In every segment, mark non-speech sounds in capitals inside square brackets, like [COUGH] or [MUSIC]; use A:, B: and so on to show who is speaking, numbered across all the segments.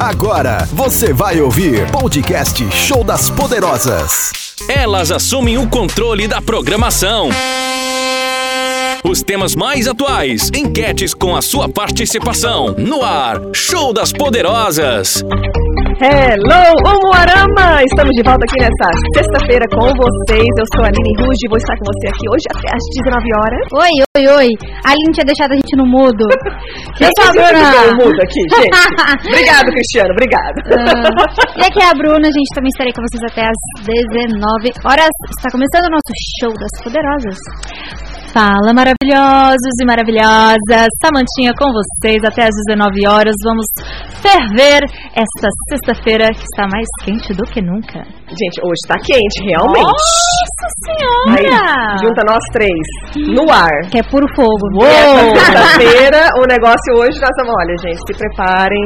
A: Agora você vai ouvir podcast Show das Poderosas.
B: Elas assumem o controle da programação. Os temas mais atuais, enquetes com a sua participação. No ar, Show das Poderosas.
C: Hello, Umuarama! Estamos de volta aqui nessa sexta-feira com vocês. Eu sou a Aline Ruge, vou estar com você aqui hoje até às 19 horas.
D: Oi, oi, oi. A Aline tinha deixado a gente no mudo.
C: Quem
D: sou a
C: que
D: Bruna.
C: ficou no mudo aqui,
D: [LAUGHS]
C: gente? Obrigado, Cristiano, obrigado.
D: Ah, e aqui é a Bruna, gente. Também estarei com vocês até às 19 horas. Está começando o nosso show das poderosas. Fala, maravilhosos e maravilhosas. Samantinha com vocês até às 19 horas. Vamos ferver esta sexta-feira que está mais quente do que nunca.
C: [LAUGHS] Gente, hoje tá quente, realmente.
D: Nossa
C: Aí,
D: Senhora!
C: junta nós três, no ar.
D: Que é puro fogo.
C: E essa
D: [LAUGHS]
C: Sexta-feira, o negócio hoje, nós vamos, olha, gente, se preparem.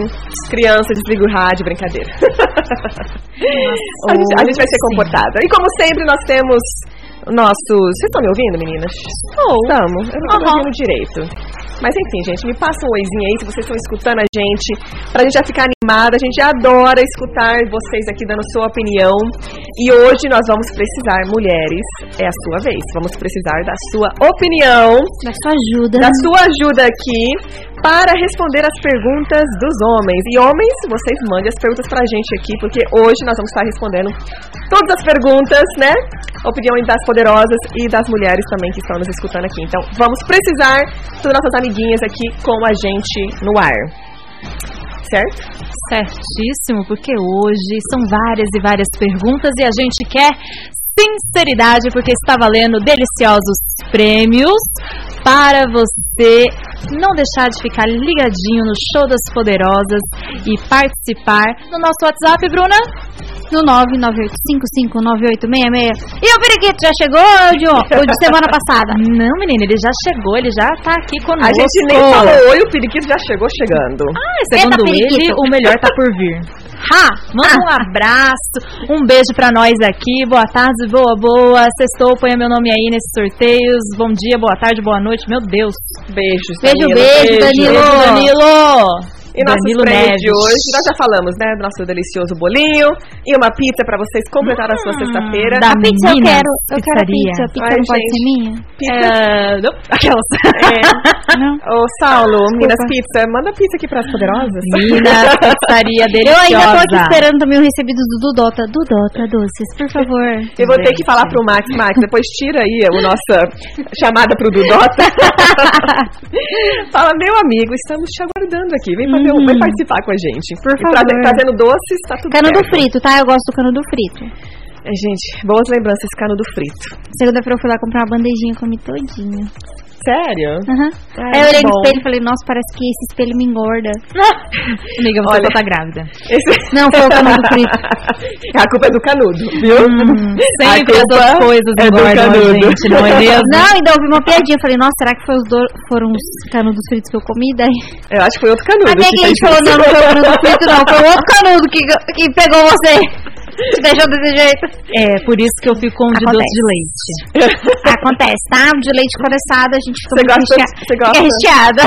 C: Criança, desliga o rádio, brincadeira. a, gente, a gente vai ser
D: Sim.
C: comportada. E como sempre, nós temos nossos. Vocês estão me ouvindo, meninas? Estou. Estamos. Eu não tô me
D: Aham.
C: ouvindo direito. Mas enfim, gente, me passa um oizinho aí se vocês estão escutando a gente, pra gente já ficar animada. A gente adora escutar vocês aqui dando sua opinião. E hoje nós vamos precisar, mulheres, é a sua vez. Vamos precisar da sua opinião
D: Da sua ajuda.
C: da sua ajuda aqui para responder as perguntas dos homens. E homens, vocês mandem as perguntas pra gente aqui, porque hoje nós vamos estar respondendo todas as perguntas, né? Opiniões das poderosas e das mulheres também que estão nos escutando aqui. Então, vamos precisar das nossas amiguinhas aqui com a gente no ar. Certo?
D: Certíssimo, porque hoje são várias e várias perguntas e a gente quer sinceridade, porque está valendo deliciosos prêmios para você não deixar de ficar ligadinho no Show das Poderosas e participar no nosso WhatsApp, Bruna? No 998559866. E o Periquito já chegou, Dio? [LAUGHS] Ou de semana passada? Não, menina, ele já chegou, ele já tá aqui conosco.
C: A gente nem falou oi, o periquito já chegou chegando.
D: Ah, segundo
E: Eita,
D: ele,
E: periquito.
D: o melhor tá por vir. [LAUGHS] Ha! Manda um abraço, um beijo pra nós aqui. Boa tarde, boa, boa. Sextou, ponha meu nome aí nesses sorteios. Bom dia, boa tarde, boa noite. Meu Deus.
C: Beijos,
D: Beijo,
C: Danilo.
D: beijo, Danilo.
C: Beijo, Danilo. E nossos
D: Danilo
C: prêmios
D: Neves.
C: de hoje, nós já falamos, né, do nosso delicioso bolinho e uma pizza pra vocês completar a sua sexta-feira.
D: dá
E: A pizza eu
D: Minas
E: quero. Eu quero a
D: Pizzaria.
E: pizza. A pizza
C: Ai,
E: não pode
C: gente.
E: ser minha?
C: Pizza.
D: É, não, [LAUGHS] Aquelas.
E: Não.
C: é. Ô, Saulo, Minas Pizza, manda pizza aqui pras poderosas.
D: Minas, pizzaria
E: Eu ainda tô
D: deliciosa.
E: aqui esperando também o recebido do Dudota. Dudota, doces, por [LAUGHS] favor.
C: [LAUGHS] Eu vou ter que falar pro Max, Max, depois tira aí a nossa chamada pro Dudota. Fala, meu amigo, estamos te aguardando aqui. Vem, fazer um- vem participar com a gente. Por
E: favor.
C: Trazendo doces, tá tudo
E: Canudo
C: certo.
E: frito, tá? Eu gosto do canudo frito.
C: É, Gente, boas lembranças, canudo frito.
E: Segunda-feira eu fui lá comprar uma bandejinha e comi todinho.
C: Sério?
E: Aham.
C: Ai,
E: Aí eu olhei no
C: bom.
E: espelho e falei, nossa, parece que esse espelho me engorda.
D: Amiga, você
C: Olha.
D: tá grávida.
C: Esse-
E: Não, foi o canudo frito.
C: [LAUGHS] Tá A culpa é do canudo, viu?
E: Uhum.
C: a
D: Sempre
C: culpa
D: essas coisas
C: é do
D: engordam a
C: canudo.
D: gente, não é mesmo?
E: né, Não, ainda ouvi uma piadinha. Eu falei, nossa, será que foi os do- foram os canudos fritos que eu comi? Daí
C: [LAUGHS] Eu tá acho que foi outro canudo.
E: é a minha
C: que
E: cliente
C: fez
E: falou, não,
C: isso.
E: não foi o canudo frito não. Foi o outro canudo que, que pegou você. [LAUGHS] Te deixou desse jeito.
D: É, por isso que eu fico com um de doce
E: Acontece.
D: de leite.
E: Acontece, tá? De leite condensado a gente fica
C: [LAUGHS] Você
E: muito
C: gosta-
E: recheada.
C: você gosta?
E: Fica [LAUGHS] recheada.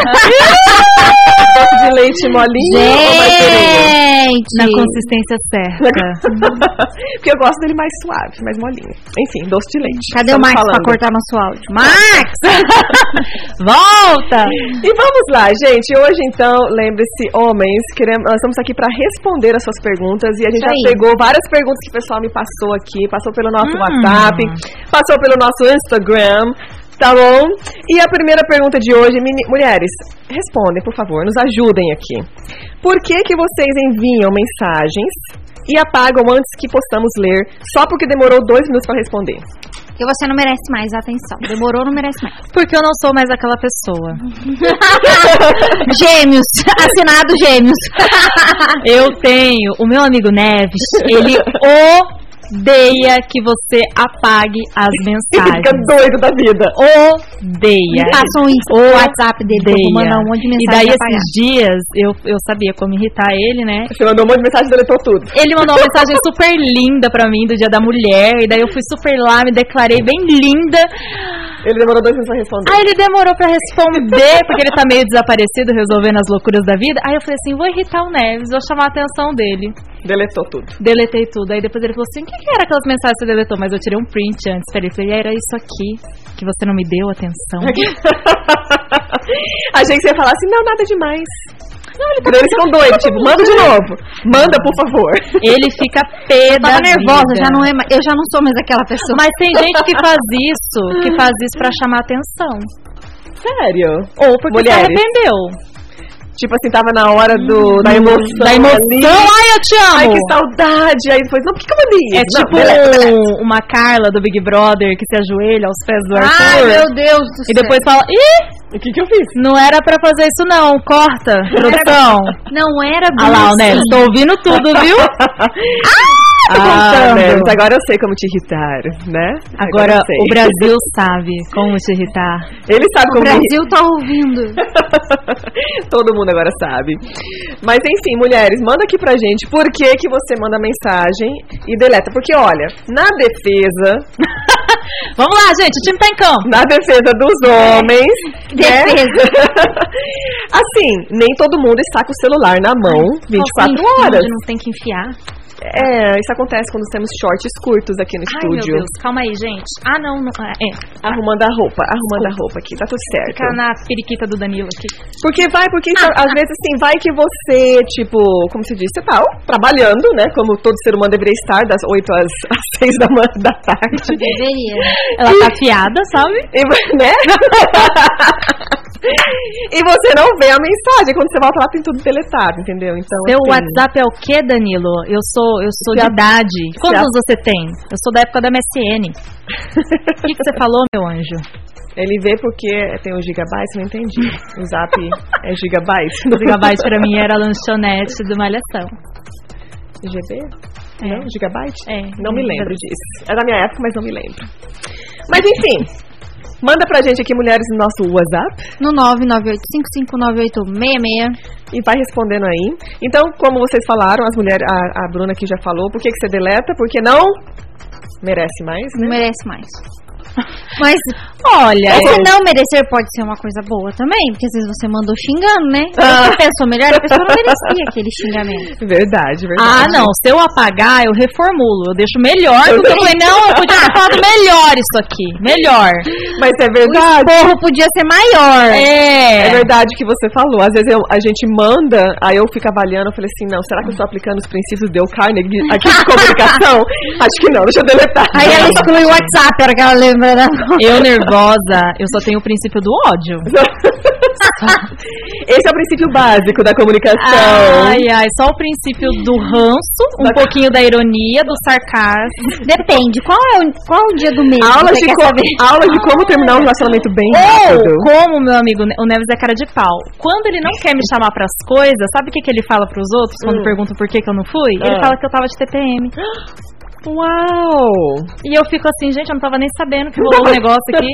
C: Doce de leite molinho ou mais [LAUGHS] durinho?
E: Gente!
D: Na consistência certa.
C: Porque eu gosto dele mais suave, mais molinho. Enfim, doce de leite.
E: Cadê o
C: Estamos
E: Max
C: falando.
E: pra cortar nosso áudio? [LAUGHS] Max!
D: Volta!
C: E vamos lá, gente. Hoje, então, lembre-se, homens, queremos, nós estamos aqui para responder as suas perguntas. E a gente
E: Isso
C: já
E: aí. Hum.
C: pegou várias perguntas que o pessoal me passou aqui. Passou pelo nosso WhatsApp, passou pelo nosso Instagram. Tá bom? E a primeira pergunta de hoje, meni- mulheres, respondem, por favor, nos ajudem aqui. Por que que vocês enviam mensagens e apagam antes que possamos ler, só porque demorou dois minutos para responder?
E: Porque você não merece mais atenção. Demorou, não merece mais.
D: Porque eu não sou mais aquela pessoa.
E: Gêmeos! Assinado Gêmeos!
D: Eu tenho. O meu amigo Neves, [LAUGHS] ele odeia que você apague as
C: Ele fica
D: mensagens.
C: doido da vida.
D: Odeia.
E: Me passa um Insta, o WhatsApp dele, que eu vou mandar um monte de
D: tá E
E: mensagem
D: daí
E: pra apagar.
D: esses dias eu, eu sabia como irritar ele, né?
C: Você mandou um monte de mensagem e deletou tudo.
D: Ele mandou [LAUGHS] uma mensagem super linda pra mim do Dia da Mulher, e daí eu fui super lá, me declarei bem linda.
C: Ele demorou dois anos pra responder.
D: Aí ele demorou pra responder, porque ele tá meio desaparecido, resolvendo as loucuras da vida. Aí eu falei assim, vou irritar o Neves, vou chamar a atenção dele.
C: Deletou tudo.
D: Deletei tudo. Aí depois ele falou assim, o que, que era aquelas mensagens que você deletou? Mas eu tirei um print antes pra ele. Falei, era isso aqui, que você não me deu atenção.
C: [LAUGHS]
E: É
C: Achei que você ia falar assim, não, nada demais. Não, eles ficam doidos, tipo, manda de novo. Manda, por favor.
D: Ele fica pé
E: Eu tava
D: da
E: nervosa,
D: vida.
E: já não é, ma- eu já não sou mais aquela pessoa.
D: Mas tem gente que faz isso, que faz isso pra chamar atenção.
C: [LAUGHS] Sério?
D: Ou porque se
C: Mulheres.
D: arrependeu.
C: Tipo assim, tava na hora do, da emoção.
D: Da
C: ali.
D: emoção, ai, eu te amo!
C: Ai, que saudade. Aí depois, não, por que que eu mandei
D: É
C: isso? Não,
D: tipo
C: deleta, deleta.
D: um- uma Carla do Big Brother que se ajoelha aos pés do
E: Ai,
D: Arthur.
E: meu Deus do
D: E
E: céu.
D: depois fala, ih,
C: O que que eu [LAUGHS] fiz?
D: não era pra fazer isso não, corta, produção.
E: Não era bem
D: Ah lá, o
E: assim.
D: Neves, tô ouvindo tudo, viu?
E: [LAUGHS]
C: Ah, Tô
D: Ah,
C: contando.
D: Neves,
C: agora eu sei como te irritar, né?
D: Agora
C: eu sei.
D: o Brasil [LAUGHS] sabe como te irritar.
C: Ele sabe
E: O
C: como me
E: Brasil tá ouvindo.
C: [LAUGHS] Todo mundo agora sabe. Mas enfim, mulheres, manda aqui pra gente por que, que você manda mensagem e deleta. Porque, olha, na defesa, [LAUGHS]
D: Vamos lá, gente, o time tá em campo.
C: na defesa dos homens. né?
E: Defesa.
C: [LAUGHS] assim, nem todo mundo está com o celular na mão 24
D: Onde
C: horas.
D: Não tem que enfiar.
C: É, isso acontece quando temos shorts curtos aqui no
D: Ai, meu
C: estúdio.
D: Deus, calma aí, gente. Ah, não, não é.
C: Arrumando a roupa, arrumando a roupa aqui, tá tudo certo.
D: Ficar na periquita do Danilo aqui.
C: Porque vai, porque isso, às vezes assim, vai que você, tipo, como se diz, você tá ó, trabalhando, né? Como todo ser humano deveria estar, das 8 às, [LAUGHS] às 6 da, man- da tarde.
E: Deveria.
D: Ela tá afiada, sabe?
C: E, vo- [LAUGHS] né? e você não vê a mensagem. Quando você volta lá, tem tudo deletado, entendeu? Então,
D: Meu
C: assim,
D: WhatsApp é o quê, Danilo? Eu sou, eu sou de
C: Se a-
D: idade. Quantos
C: a-
D: anos você tem? Eu sou da época da [LAUGHS] MSN. O que, que você falou, meu anjo?
C: Ele vê porque tem um gigabyte, não entendi. O zap é gigabyte?
D: [LAUGHS] O gigabyte pra mim era a lanchonete do Malhação.
C: GB?
D: É.
C: Não, gigabyte?
D: É.
C: Não me lembro disso. É da minha época, mas não me lembro. Mas enfim, manda pra gente aqui, mulheres, no nosso WhatsApp
E: No 998559866.
C: e vai respondendo aí. Então, como vocês falaram, as mulheres, a, a Bruna aqui já falou, por que, que você deleta? Porque não merece mais,
E: Não
C: né?
E: merece mais. Mas
D: Olha,
E: esse não merecer pode ser uma coisa boa também, porque às vezes você mandou xingando, né?
C: Ah.
E: Você pensou melhor, a pessoa não merecia aquele [LAUGHS] xingamento.
C: Verdade,
D: Ah,
C: verdade.
D: não. Se eu apagar, eu reformulo. Eu deixo melhor do que eu falei. Não, eu podia ter falado melhor isso aqui. Melhor.
C: Mas é
E: O
C: verdade.
E: esporro podia ser maior.
D: É.
C: É verdade o que você falou. Às vezes eu- a gente manda, aí eu fico avaliando, eu falei assim, não, será que eu estou aplicando os princípios de Dale Carnegie aqui de comunicação? Acho que não, deixa eu deletar.
E: Aí ela exclui o WhatsApp, era que ela lembra né? da
D: Eu nervosa, eu só tenho o princípio do ódio.
C: [LAUGHS] Esse é o princípio básico da comunicação.
D: Ai, ai, só o princípio do ranço, um
C: Da-
D: pouquinho da ironia, do sarcasmo.
E: Depende, qual é o, qual o dia do mês?
C: Aulas de,
E: Você quer
C: co-
E: saber?
C: aulas de como terminar um relacionamento bem
D: Ou,
C: rápido.
D: como meu amigo Ne- o Neves é cara de pau, quando ele não quer me chamar pras coisas, sabe o que, que ele fala pros outros quando
C: Hum.
D: perguntam por que, que eu não fui?
C: Ah.
D: Ele fala que eu tava de TPM.
C: Uau!
D: E eu fico assim, gente, eu não tava nem sabendo que rolou um negócio aqui.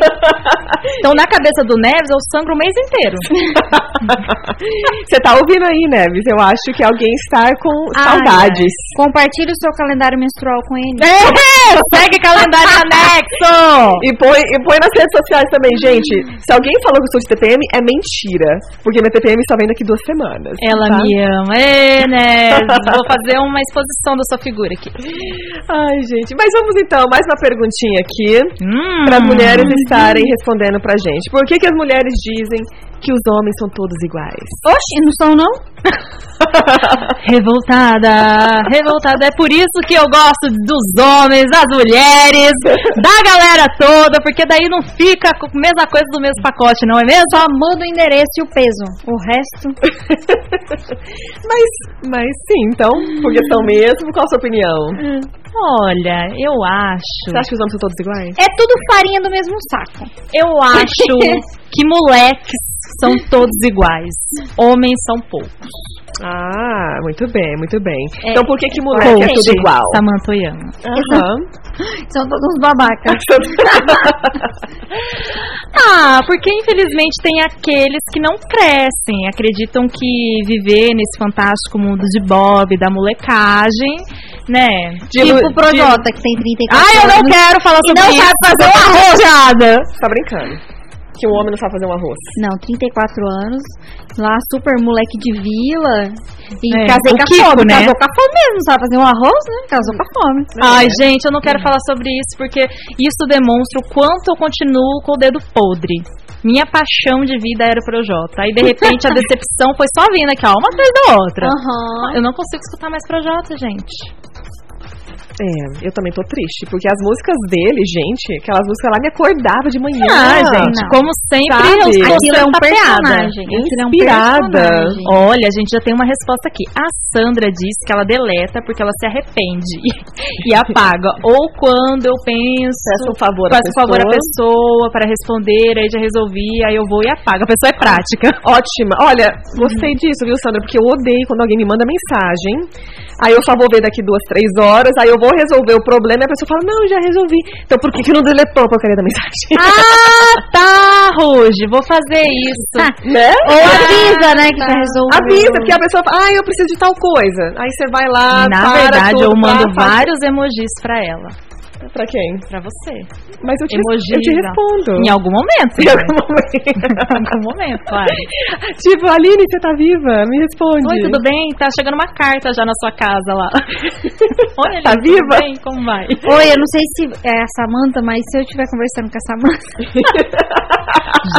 D: Então, na cabeça do Neves, eu sangro o mês inteiro.
C: [LAUGHS] Você tá ouvindo aí, Neves? Eu acho que alguém está com
E: Ai,
C: saudades.
E: ai. Compartilhe Ah, é. o seu calendário menstrual com ele.
D: Segue calendário anexo!
C: E põe, e põe nas redes sociais também,
E: Hum.
C: gente. Se alguém falou que eu sou de TPM, é mentira. Porque minha TPM só vem daqui duas semanas.
D: Ela
C: tá?
D: me ama.
E: É,
D: Ê, né? Vou
E: [LAUGHS]
D: fazer uma exposição da sua figura aqui.
C: Ai, gente. Mas vamos então, mais uma perguntinha aqui.
D: Hum,
C: Para as mulheres estarem respondendo pra gente. Por que, que as mulheres dizem que os homens são todos iguais?
E: Oxe, não são não?
D: Revoltada, revoltada. É por isso que eu gosto dos homens, das mulheres, da galera toda, porque daí não fica com a mesma coisa do mesmo pacote, não é mesmo?
E: Só muda
D: [LAUGHS]
E: o endereço e o peso. O resto.
C: mas, mas sim, então, porque são mesmo? Qual a sua opinião?
D: Olha, eu acho.
C: Você acha que os homens são todos iguais?
E: [LAUGHS] É tudo farinha do mesmo saco.
D: [LAUGHS] Eu acho que moleques são todos iguais. Homens são poucos.
C: Ah, muito bem, muito bem.
D: É, Tá.
C: então por que que mulher
D: Poucos.
C: é tudo igual?
D: Samantha Oyama.
C: [LAUGHS] Aham.
E: São todos uns babacas.
D: Ah, porque infelizmente tem aqueles que não crescem, acreditam que viver nesse fantástico mundo de Bob, da molecagem, né?
E: Tipo
D: Tipo,
E: o Projota, que tem 34
D: ah, eu não
E: anos.
D: quero falar sobre
E: não
D: isso.
E: sabe fazer um uma
D: arrojada.
C: Você tá brincando. Que o homem não sabe fazer um arroz.
E: Não, 34 anos, lá super moleque de vila. E
D: É,
E: casei
D: o
E: com a
D: Kiko,
E: fome,
D: né?
E: casou com a fome mesmo, sabe fazer um arroz, né? Casou com a fome.
D: Ai, gente, eu não quero falar sobre isso porque isso demonstra o quanto eu continuo com o dedo podre. Minha paixão de vida era o Projota. Aí, de repente, a
E: [LAUGHS]
D: decepção foi só vindo aqui, ó, uma atrás da outra. Eu
E: Aham.
D: não consigo escutar mais Projota, gente.
C: É, eu também tô triste, porque as músicas dele, gente, aquelas músicas lá me acordava de manhã.
D: Ah, gente,
E: não.
D: como sempre,
C: Sabe?
D: eu sou
E: Aquilo é um
D: tapeada.
E: personagem. Aquilo é um
C: Inspirada.
E: personagem.
D: Olha, a gente já tem uma resposta aqui. A Sandra diz que ela deleta porque ela se arrepende [LAUGHS] e apaga. Ou quando eu penso,
C: Peça um favor à
D: faço um favor
C: pessoa.
D: à pessoa para responder, aí já resolvi, aí eu vou e apago. A pessoa é prática.
C: Ótima. Olha, gostei
D: Uhum.
C: disso, viu, Sandra? Porque eu odeio quando alguém me manda mensagem. Aí eu só vou ver daqui duas, três horas. Aí eu vou resolver o problema e a pessoa fala, não, já resolvi. Então por que, que não deletou a porcaria da mensagem?
D: Ah, tá, Ruge, vou fazer isso.
C: [LAUGHS] né?
E: Ou
D: Ah,
E: avisa, né, que já
D: tá.
E: resolveu.
C: Avisa, porque a pessoa fala, ah, eu preciso de tal coisa. Aí você vai lá,
D: Na
C: Ah, para
D: verdade,
C: tudo, tá,
D: eu
C: pá,
D: mando
C: fala,
D: vários emojis pra ela.
C: Pra quem?
D: Pra você.
C: Mas eu te,
D: Emoji,
C: eu te
D: não.
C: respondo.
D: Em algum
C: [LAUGHS]
D: momento.
C: Em
D: né?
C: algum
D: [LAUGHS]
C: momento.
D: em algum momento, claro.
C: Tipo, Aline, você tá viva? Me responde.
D: Oi, tudo bem? Tá chegando uma carta já na sua casa lá. Olha,
C: Tá
D: Lili,
C: viva?
D: Tudo bem? Como vai?
E: Oi, eu não sei se é a Samanta, mas se eu estiver conversando com a
D: [LAUGHS]
E: Samanta.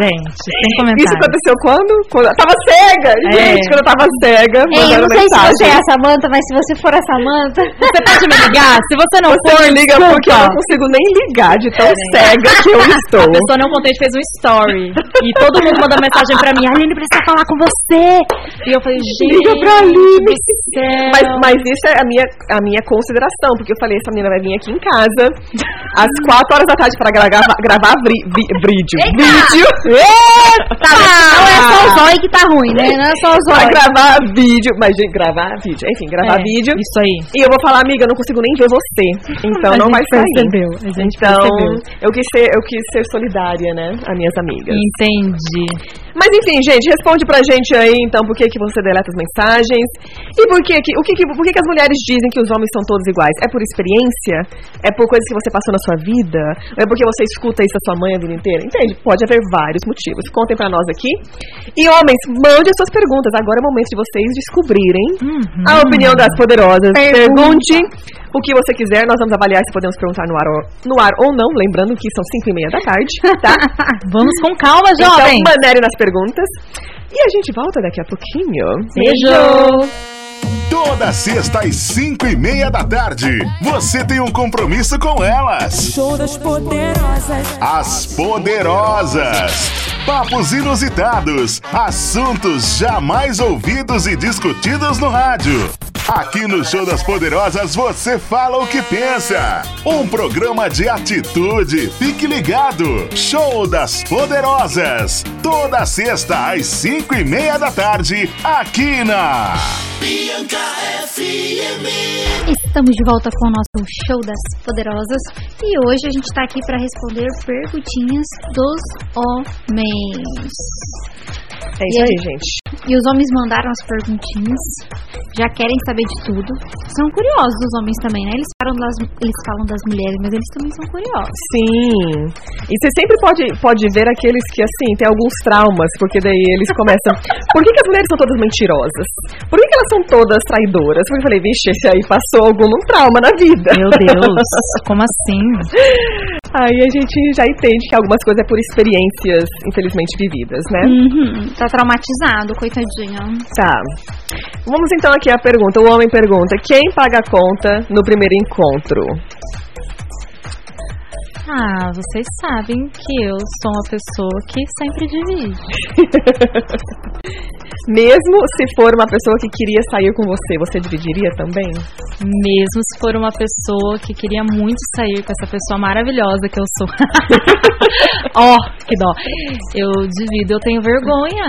D: Gente, sem
C: Isso
D: comentário.
C: aconteceu quando? Quando eu tava cega!
D: É.
C: Gente, quando eu tava cega,
E: Ei, eu
C: mandaram
E: não sei se
C: mensagem.
E: você é a Samanta, mas se você for a [LAUGHS] Samanta.
D: Você pode me ligar? Se você não
C: Você
D: for,
C: me liga
D: desculpa. É.
C: porque eu não consigo nem ligar de tão cega que
D: [LAUGHS]
C: eu estou.
D: A pessoa não contente fez um story. E todo mundo mandou mensagem pra mim. Aline precisa falar com você. E eu falei, gente.
C: Liga pra Aline.
D: do céu.
C: Mas, mas isso é a minha, a minha consideração, porque eu falei, essa menina vai vir aqui em casa
D: [LAUGHS]
C: às 4 horas da tarde pra gra- gravar, gravar vri- vi- vídeo. Vídeo!
E: Tá, mas não é só o zóio que tá ruim, né? Não é só o
C: Pra
E: zóio.
C: gravar vídeo. Mas, gente, gravar vídeo. Enfim, gravar
D: É,
C: vídeo.
D: Isso aí.
C: E eu vou falar, amiga, eu não consigo nem ver você. Então
D: A
C: não vai
D: gente
C: sair.
D: percebeu, a gente
C: então,
D: percebeu.
C: eu quis ser, eu quis ser solidária, né, a minhas amigas.
D: Entendi.
C: Mas enfim, gente, responde pra gente aí, então, por que que você deleta as mensagens? E por que que, o que que, por que que as mulheres dizem que os homens são todos iguais? É por experiência? É por coisas que você passou na sua vida? Ou é porque você escuta isso da sua mãe a vida inteira? Entende? Pode haver vários motivos. Contem pra nós aqui. E homens, mande as suas perguntas. Agora é o momento de vocês descobrirem a opinião das poderosas. Pergunte o que você quiser, nós vamos avaliar se podemos perguntar no ar ou, no ar ou não, lembrando que são 5 e meia da tarde, tá?
D: Vamos com calma, jovem.
C: Então, maneire nas perguntas. E a gente volta daqui a pouquinho.
D: Beijo.
F: Toda sexta às cinco e meia da tarde, você tem um compromisso com elas.
G: Show das poderosas.
F: As Poderosas. Papos inusitados, assuntos jamais ouvidos e discutidos no rádio. Aqui no Show das Poderosas você fala o que pensa. Um programa de atitude. Fique ligado. Show das Poderosas. Toda sexta às cinco e meia da tarde, aqui na.
E: Estamos de volta com o nosso Show das Poderosas e hoje a gente tá aqui pra responder perguntinhas dos homens.
C: É isso
E: E
C: aí,
E: aí?
C: gente.
E: E os homens mandaram as perguntinhas, já querem saber de tudo. São curiosos os homens também, né? Eles falam das, eles falam das mulheres, mas eles também são curiosos.
C: Sim. E você sempre pode, pode ver aqueles que, assim, tem alguns traumas, porque daí eles começam. Por que, que as mulheres são todas mentirosas? Por que, que elas são todas traidoras? Porque eu falei, vixe, esse aí passou algum um trauma na vida.
D: Meu Deus, como assim?
C: [LAUGHS] aí a gente já entende que algumas coisas é por experiências, infelizmente, vividas, né?
D: Hum.
E: Uhum, tá traumatizado, coitadinho.
C: Tá. Vamos então aqui à pergunta. O homem pergunta: quem paga a conta no primeiro encontro?
D: Ah, vocês sabem que eu sou uma pessoa que sempre divide.
C: Mesmo se for uma pessoa que queria sair com você, você dividiria também?
D: Mesmo se for uma pessoa que queria muito sair com essa pessoa maravilhosa que eu sou. [LAUGHS] Ó, que dó. Eu divido, eu tenho vergonha.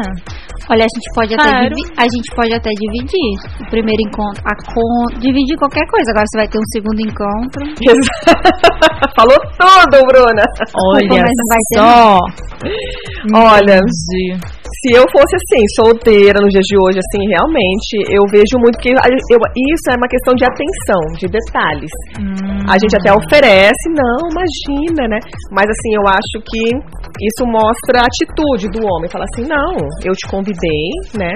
E: Olha, a gente pode até,
D: Claro.
E: divi- a gente pode até dividir o primeiro encontro, a con... dividir qualquer coisa. Agora você vai ter um segundo encontro.
C: [LAUGHS] Falou tudo, Bruna!
D: Olha
E: mas não vai ter,
D: só.
C: Olha,
D: Entendi.
C: se eu fosse assim, solteira nos dias de hoje, assim, realmente, eu vejo muito que eu- isso é uma questão de atenção, de detalhes. A gente até oferece, não, imagina, né? Mas assim, eu acho que isso mostra a atitude do homem. Fala assim, não, eu te convidei, né?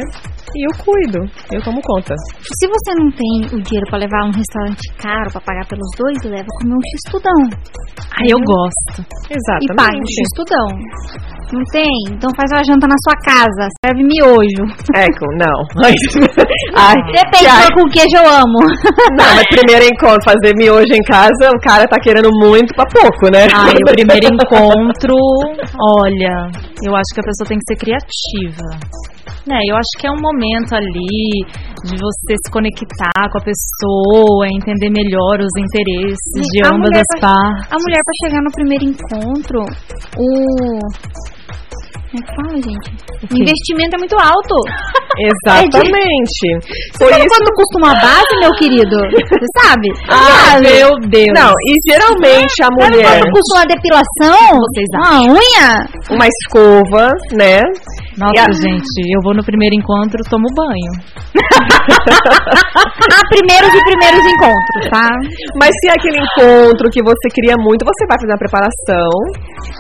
C: E eu cuido, eu tomo conta.
E: Se você não tem o dinheiro pra levar a um restaurante caro pra pagar pelos dois, leva a comer um xistudão
D: Aí eu gosto. Ah,
E: e paga um
C: Exatamente.
E: xistudão. Não tem? Então faz uma janta na sua casa, serve miojo.
C: É, com- não. [LAUGHS] Ai,
E: Depende
C: ai,
E: do com queijo eu amo.
C: não, mas primeiro encontro, fazer miojo em casa, o cara tá querendo muito pra pouco, né?
D: Ai, o primeiro encontro, olha, [LAUGHS] eu acho que a pessoa tem que ser criativa. Né, eu acho que é um momento ali de você se conectar com a pessoa, entender melhor os interesses de
E: A
D: ambas
E: mulher
D: as
E: vai-
D: partes.
E: A mulher pra chegar no primeiro encontro, o. Como é que fala, gente? O investimento é muito alto.
C: [LAUGHS] Exatamente.
E: Você
C: Por
E: sabe
C: isso-
E: quanto custa uma base, meu querido? Você sabe?
C: Ah,
E: sabe?
C: meu
E: Deus.
C: Não, e geralmente a
E: Sabe
C: mulher,
E: quanto custa uma depilação?
D: Vocês
E: Uma unha?
C: uma escova, né?
D: Nossa,
C: E a-
D: gente, eu vou no primeiro encontro, tomo banho.
E: A primeiros e primeiros encontros, tá?
C: Mas se é aquele encontro que você queria muito, você vai fazer uma preparação.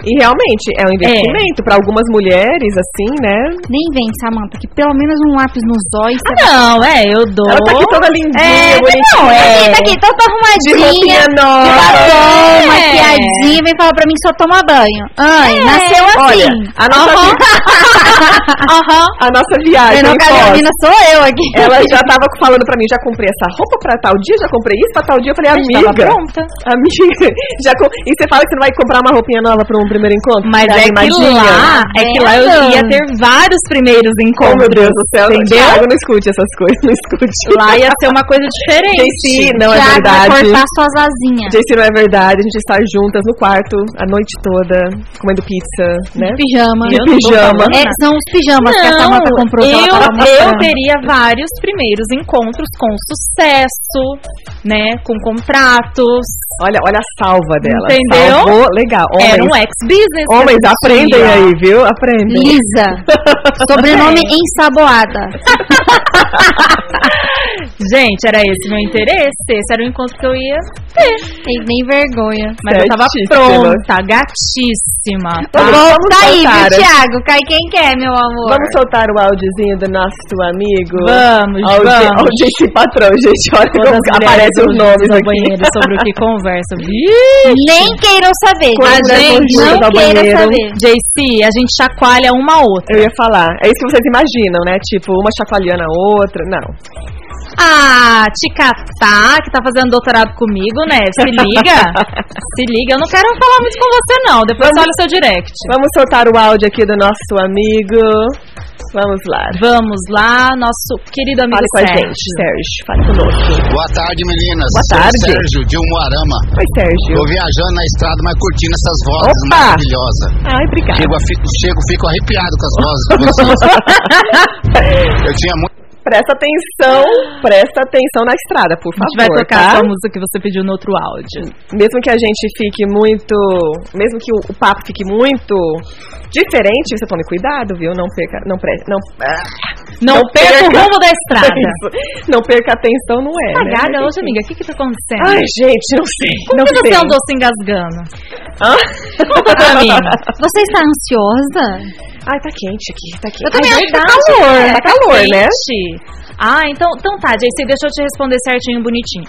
C: E realmente é um investimento pra algumas mulheres, assim, né?
E: Nem vem, Samanta, que pelo menos um lápis nos dois.
D: Ah, não, é, eu dou.
C: Ela tá aqui toda lindinha, bonitinha.
E: não, é, tá aqui, tô, tô
C: De roupinha
E: arrumadinha.
C: nova.
E: batom,
D: É.
E: maquiadinha, vem falar pra mim que só toma banho. Ai, nasceu assim.
C: Olha, a nossa,
E: Aham.
C: vi-
E: [LAUGHS] Aham.
C: a nossa viagem
E: Não,
C: em Foz,
E: Carolina, sou eu aqui. [LAUGHS]
C: ela já tava falando pra mim, já comprei essa roupa pra tal dia, já comprei isso pra tal dia. Eu falei,
D: Mas tava
C: amiga,
D: pronta.
C: amiga, [LAUGHS] já com... e você fala que você não vai comprar uma roupinha nova pra um primeiro encontro?
D: Mas
C: Você
D: é que
C: imagina?
D: lá, é que lá eu ia ter vários primeiros
C: Oh, meu
D: encontros.
C: Deus do céu,
D: Entendeu?
C: Thiago, não escute essas coisas, não escute.
D: Lá ia ser uma coisa diferente.
C: Gente, não é
E: Thiago vai
C: verdade.
E: cortar suas asinhas.
C: Jace, não é verdade, a gente está juntas no quarto a noite toda, comendo pizza, né?
E: De Pijama.
C: Eu não tô Pijama. falando
E: É, são os pijamas que a Samanta comprou. que ela
D: eu,
E: tava
D: eu
E: mostrando.
D: teria vários primeiros encontros com sucesso, né? Com contratos.
C: Olha, olha a salva dela.
D: Entendeu?
C: Salvou, legal. Homens,
D: Era assim, um ex-business. que
C: homens
D: eu tinha.
C: aprendem aí, viu? Aprendem. [LAUGHS]
E: Lisa. Sobrenome
C: É.
E: ensaboada.
D: Gente, era esse meu interesse. Esse era o encontro que eu ia.
E: Tem nem vergonha.
D: Mas eu tava
C: Certíssima.
D: pronta, gatíssima.
C: Vamos, vamos
E: Tá aí,
C: soltar.
E: viu, Thiago? Cai quem quer, meu amor.
C: Vamos soltar o áudiozinho do nosso amigo.
D: Vamos,
C: Ó, o Ge- ó,
D: vamos.
C: o gente patrão, gente, olha
D: Todas
C: como
D: as
C: aparecem os
D: mulheres
C: nomes
D: no
C: aqui.
D: banheiro sobre o que conversa.
E: Nem queiram saber.
C: Quando
E: tá,
C: der
E: gente?
C: conjunto
E: Não
C: ao
E: queira
C: banheiro.
E: saber.
D: JC, a gente chacoalha uma a outra.
C: [LAUGHS] Eu ia falar. É isso que vocês imaginam, né? Tipo, uma chacoalhando a outra. Não.
D: Ah, Ticatá, que tá fazendo doutorado comigo, né? Se
C: [LAUGHS]
D: liga. Se liga. Eu não quero falar muito com você, não. Depois
C: Vamos-
D: olha o seu direct.
C: Vamos soltar o áudio aqui do nosso amigo. Vamos lá.
D: Vamos lá, nosso querido amigo
C: Fale com a
D: Sérgio.
C: gente, Sérgio. Fale conosco.
H: Boa tarde, meninas.
C: Boa
H: Sou o
C: tarde.
H: Sérgio de Umuarama.
C: Oi, Sérgio.
H: Tô viajando na estrada, mas curtindo essas vozes
C: Opa!
H: maravilhosas.
C: Ai, obrigada.
H: Chego, a fi- chego, fico arrepiado com as vozes de vocês. Eu tinha muito.
C: Presta atenção, presta atenção na estrada, por
D: A
C: favor.
D: gente vai tocar um a
C: tá?
D: sua música que você pediu no outro áudio.
C: Mesmo que a gente fique muito. Mesmo que o, o papo fique muito diferente, você tome cuidado, viu? Não perca. Não, pre, não, ah,
D: Não,
C: Não
D: perca o
C: perca.
D: rumo da estrada.
C: não perca atenção, não é. né?
D: Cagada hoje, amiga. O que que tá acontecendo?
C: Ai, gente, não sei.
D: Como
C: não
D: que
C: sei.
D: você andou se engasgando?
C: Hã?
D: Conta
C: [LAUGHS]
D: pra mim.
E: Você está ansiosa?
C: Ai, tá quente aqui, tá quente.
D: Eu também
C: Ai,
D: acho que tá
C: verdade,
D: calor,
C: Tá calor, né?
D: Ah, então, então tá, JC, deixa eu te responder certinho, bonitinho.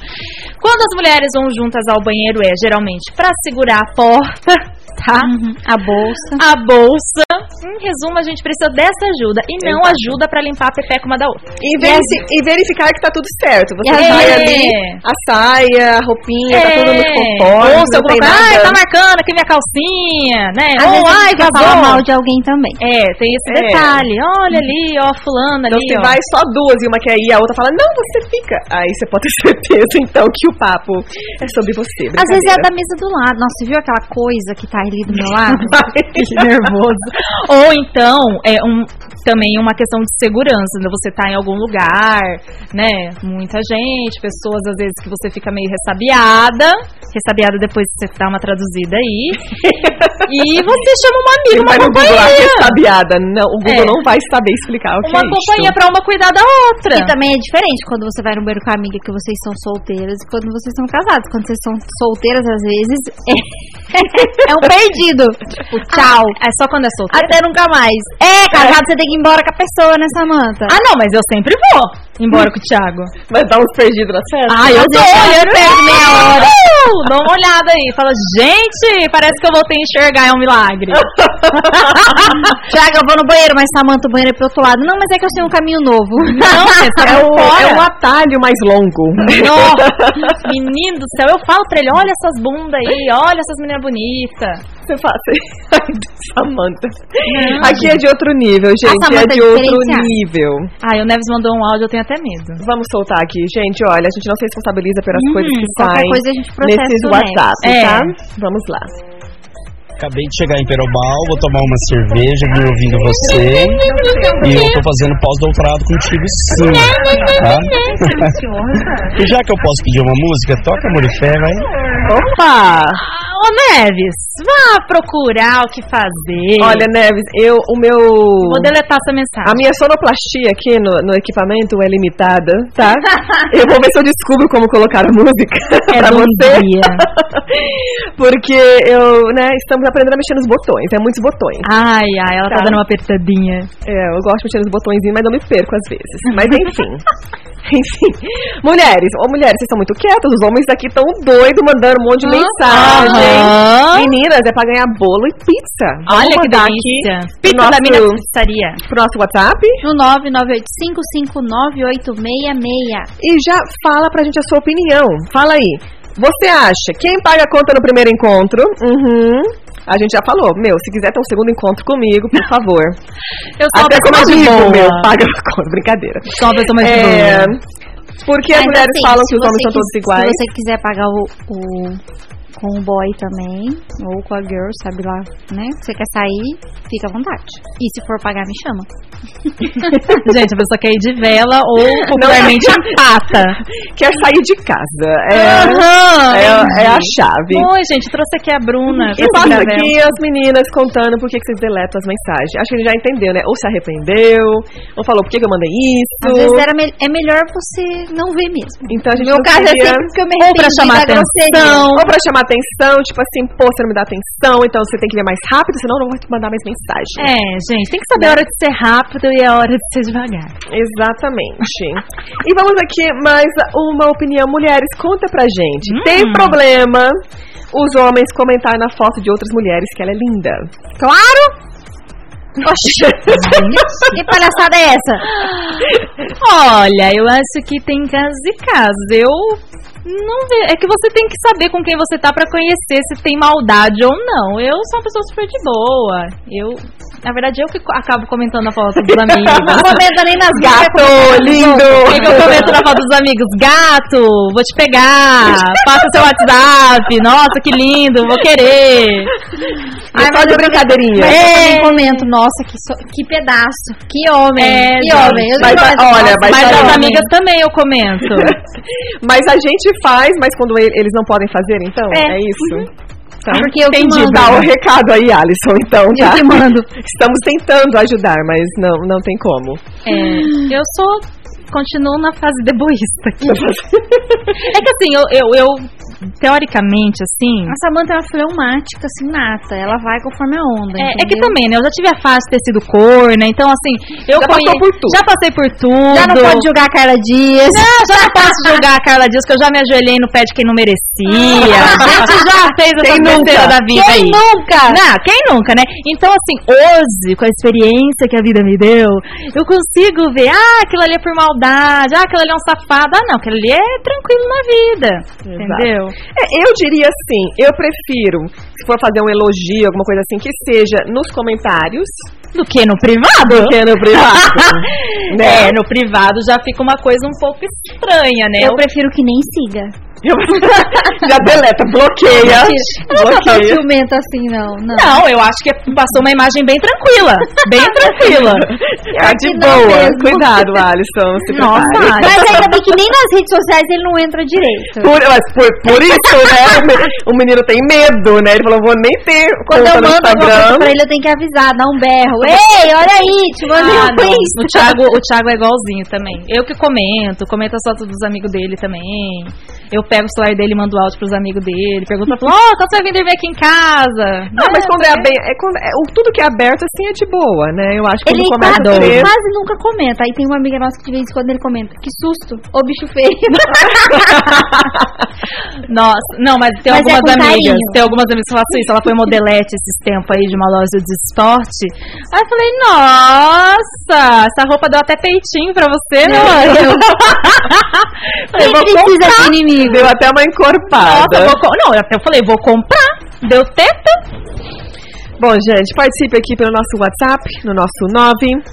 D: Quando as mulheres vão juntas ao banheiro é geralmente pra segurar a porta, [LAUGHS] tá?
E: Uhum. A bolsa.
D: A bolsa. Em resumo, a gente precisa dessa ajuda e não ajuda pra limpar a pepeca uma da outra.
C: E, verifi- e verificar que tá tudo certo. Você
D: É.
C: vai ali, a saia, a roupinha, tá tudo muito conforme.
D: Ou se
C: não
D: É. alguma
C: tem
D: coisa, ai,
C: nada.
D: tá marcando aqui minha calcinha, né?
E: Às
D: Ou,
E: vezes a
D: ai,
E: gente quer falar mal de alguém também.
D: É, tem esse
C: É.
D: detalhe. Olha ali, ó, fulana
C: Então,
D: ali,
C: se
D: ó. [LAUGHS]
C: vai só duas e uma quer ir, a outra fala, não, você fica. Aí você pode ter [LAUGHS] certeza, então, que o papo é sobre você.
E: Às vezes é
C: brincadeira.
E: da mesa do lado. Nossa, você viu aquela coisa que tá ali do meu lado?
D: [LAUGHS] Que nervoso. Ou então, é um, também uma questão de segurança, né? Você tá em algum lugar, né? Muita gente, pessoas às vezes que você fica meio ressabiada. Ressabiada depois você dá uma traduzida
C: [LAUGHS]
D: aí. e você chama uma amiga,
C: Ele
D: uma
C: vai no Google lá,
D: companhia.
C: sabiada. Não, o Google
D: É.
C: não vai saber explicar o que
D: Uma
C: é
D: companhia pra uma cuidar da outra.
E: E também é diferente quando você vai no banheiro com a amiga que vocês são solteiras e quando vocês são casados. Quando vocês são solteiras, às vezes, [LAUGHS] é, é um perdido. Tipo, tchau.
D: É só quando é solteira.
E: Até nunca mais. É, casado, você tem que ir embora com a pessoa, né, Samanta?
D: Ah, não, mas eu sempre vou embora com o Thiago.
C: isso. Vai dar uns perdidos na festa.
D: Ah, eu dou, eu perco meia hora. Dá uma olhada aí, fala, gente, parece que eu voltei a enxergar, é um milagre.
E: Tiago, eu vou no banheiro, mas Samanta, o banheiro é pro outro lado. Não, mas é que eu sei um caminho [LAUGHS] novo.
D: Não, você tá
C: É o,
D: fora.
C: é o atalho mais longo.
D: Nossa, menino do céu, eu falo pra ele, olha essas bundas aí, olha essas meninas bonitas.
C: [LAUGHS] Você fala assim, Samanta. Aqui é de outro nível, gente. É
E: Samanta é
C: de outro
E: diferenciada.
C: nível.
D: Ai, o Neves mandou um áudio, eu tenho até medo.
C: Vamos soltar aqui, gente. Olha, a gente não se responsabiliza pelas
E: Hum,
C: coisas que
E: qualquer
C: saem
E: coisa a gente processa
C: nesses
E: o Neves.
C: WhatsApp,
D: É.
C: tá? Vamos lá.
I: Acabei de chegar em Perobal, vou tomar uma cerveja, vim ouvindo você. E eu tô fazendo pós-doutorado contigo sim, tá? e já que eu posso pedir uma música, toca Morifé, vai.
C: Opa!
D: Ah, ô Neves, vá procurar o que fazer.
C: Olha, Neves, eu, o meu...
D: vou deletar essa mensagem.
C: A minha sonoplastia aqui no, no equipamento é limitada,
D: [LAUGHS]
C: tá? Eu vou ver se eu descubro como colocar a música [LAUGHS]
D: É
C: pra você.
D: doideira.
C: Porque eu, né, estamos aprendendo a mexer nos botões, é muitos botões.
D: Ai, ai, ela tá,
C: Tá.
D: dando uma apertadinha.
C: É, eu gosto de mexer nos botõezinhos, mas eu me perco às vezes. Mas
D: [LAUGHS]
C: enfim. enfim. Mulheres, ô mulheres, vocês são muito quietas, os homens daqui estão doidos mandando um monte de mensagem.
D: Aham.
C: Meninas, é pra ganhar bolo e pizza. Vamos
D: Olha que
C: mandar
D: delícia.
C: aqui
D: Pizza
C: pro
D: da minha
C: nosso-
D: pizzaria.
C: pro nosso WhatsApp
E: No 998559866.
C: e já fala pra gente a sua opinião. Fala aí. Você acha quem paga a conta no primeiro encontro? Uhum. A gente já falou. Meu, se quiser ter um segundo encontro comigo, por favor.
D: Eu sou
C: Até
D: uma
C: como
D: pessoa mais de
C: amigo,
D: boa.
C: meu, paga a conta. Brincadeira.
D: Sou uma pessoa mais de
C: É,
D: boa.
C: porque as
E: Mas,
C: mulheres
E: assim,
C: falam
E: se
C: que os homens
E: você
C: são todos
E: quis-
C: iguais.
E: Se você quiser pagar o, o- com o boy também, ou com a girl, sabe lá, né? Você quer sair, fica à vontade. E se for pagar, me chama.
D: Gente, a pessoa quer ir de vela ou
C: [LAUGHS]
D: popularmente
C: Não.
D: empata.
C: Quer sair de casa. É,
D: Aham.
C: é, é a chave.
D: Oi, gente, trouxe aqui a Bruna.
C: E passa aqui as meninas contando por que, que vocês deletam as mensagens. Acho que a gente já entendeu, né? Ou se arrependeu, ou falou por que, que eu mandei isso.
E: Às vezes era me- é melhor você não ver mesmo.
C: Então a gente
E: Meu
C: não
E: caso é
C: queria-
E: sempre que eu me
D: Ou pra
E: arrependi
D: chamar
E: da grosseria.
D: atenção.
C: Ou pra chamar atenção, tipo assim, pô, você não me dá atenção, então você tem que ler mais rápido, senão eu não vou te mandar mais mensagem.
D: É, gente, tem que saber a hora de ser rápido e a hora de ser devagar.
C: Exatamente. e vamos aqui mais uma opinião. Mulheres, conta pra gente.
D: Hum.
C: Tem problema os homens comentarem na foto de outras mulheres que ela é linda?
E: Claro! Oxi! [LAUGHS] que palhaçada é essa?
D: Olha, eu acho que tem casos e casos. Eu não vejo. É que você tem que saber com quem você tá pra conhecer se tem maldade ou não. Eu sou uma pessoa super de boa. Eu, na verdade, eu que co- acabo comentando a foto
E: [LAUGHS]
D: dos
E: Não
D: amigos.
E: comenta nem nas
C: Gato, lindo!
D: O que, que eu comento na foto dos amigos? Gato, vou te pegar, passa seu WhatsApp, nossa, que lindo, vou querer.
C: Ai, mas de brincadeirinha.
E: Mas eu
D: É.
E: também comento, nossa, que, so- que pedaço, que homem,
D: É,
E: que
D: gente.
E: homem. Eu
C: Vai
E: não
C: dar-
E: gosto,
C: olha,
E: nossa,
C: vai
D: Mas
C: dar
E: que
D: as
E: homem.
D: amigas também eu comento.
C: [LAUGHS] mas a gente faz, mas quando e- eles não podem fazer, então? É,
D: É.
C: isso? Tá.
E: Porque eu que
C: Entendi.
E: mando.
C: Dá o recado aí, Alisson, então,
E: Eu
C: tá?
E: que mando.
C: [LAUGHS] Estamos tentando ajudar, mas não, não tem como.
D: É, eu [LAUGHS] sou. Continuo na fase deboísta aqui. É que assim, eu, eu, eu teoricamente, assim.
E: A Samanta é uma fleumática, assim, nata. Ela vai conforme a onda.
D: É, é que
E: entendeu?
D: também, né? Eu já tive a fase de tecido cor, né? Então, assim, eu
C: Já passou
D: conhe-
C: por tudo.
D: Já passei por tudo.
E: Já não pode julgar a Carla Dias.
D: Não, já não posso julgar a Carla Dias, que eu já me ajoelhei no pé de quem não merecia. A gente já fez essa
C: Quem
D: besteira
C: nunca?
D: da vida
E: Ah. Quem
D: aí.
E: nunca?
D: Não, quem nunca, né? Então, assim, hoje, com a experiência que a vida me deu, eu consigo ver, ah, aquilo ali é por maldade, ah, aquilo ali é um safado. Ah, não, aquilo ali é tranquilo na vida. Entendeu?
C: É, eu diria assim, eu prefiro, se for fazer um elogio, alguma coisa assim, que seja nos comentários.
D: Do que no privado?
C: que no [LAUGHS] privado. Né?
D: É, no privado já fica uma coisa um pouco estranha, né?
E: Eu prefiro que nem siga.
C: [LAUGHS] Já deleta, bloqueia.
E: Mentira. Ela não tá tão
C: [LAUGHS] bloqueia.
E: ciumenta assim, não. Não.
D: Não, eu acho que passou uma imagem bem tranquila.
C: [LAUGHS]
D: Bem tranquila.
C: Tá de
E: que não
C: boa.
E: mesmo.
C: Cuidado, Alisson. se
D: Nossa,
C: prepare.
E: Mas é ainda bem que nem nas redes sociais ele não entra direito.
C: Por, mas por, por isso, né? o me- O menino tem medo, né? Ele falou, vou nem ter
E: Quando
C: conta
E: eu
C: no
E: mando alguma coisa
C: Instagram.
E: pra ele, eu tenho que avisar, dar um berro. Ei, olha aí, te mandei
D: Ah,
E: um
D: não.
E: print.
D: O Thiago, o Thiago é igualzinho também. Eu que comento, comento as fotos dos amigos dele também. Eu pego o celular dele e mando áudio pros amigos dele. Pergunta, fala, ó, quando você vai vir dormir aqui em casa?
C: Não, mas
D: É,
C: quando é,
D: também.
C: abe- é quando- é- o- tudo que é aberto, assim, é de boa, né? Eu acho que
E: Ele
C: quando
E: quase,
C: começa a
E: ele
C: ter...
E: quase nunca comenta. Aí tem uma amiga nossa que de vez em quando ele comenta. Que susto, ô bicho
D: [LAUGHS]
E: feio.
D: Nossa, não, mas tem
E: Mas é
D: algumas
E: com
D: amigas.
E: carinho.
D: Tem algumas amigas que falam isso. Ela foi modelete esses tempos aí de uma loja de esporte. Aí eu falei, nossa, essa roupa deu até peitinho pra você, meu anjo. [LAUGHS] Falei,
E: Quem
D: vou
E: precisa
D: comprar.
E: de inimigo?
C: Deu até uma encorpada.
D: Nossa, eu vou, co- não, até eu falei, vou comprar. Deu teta.
C: Bom, gente, participe aqui pelo nosso WhatsApp, no nosso 9.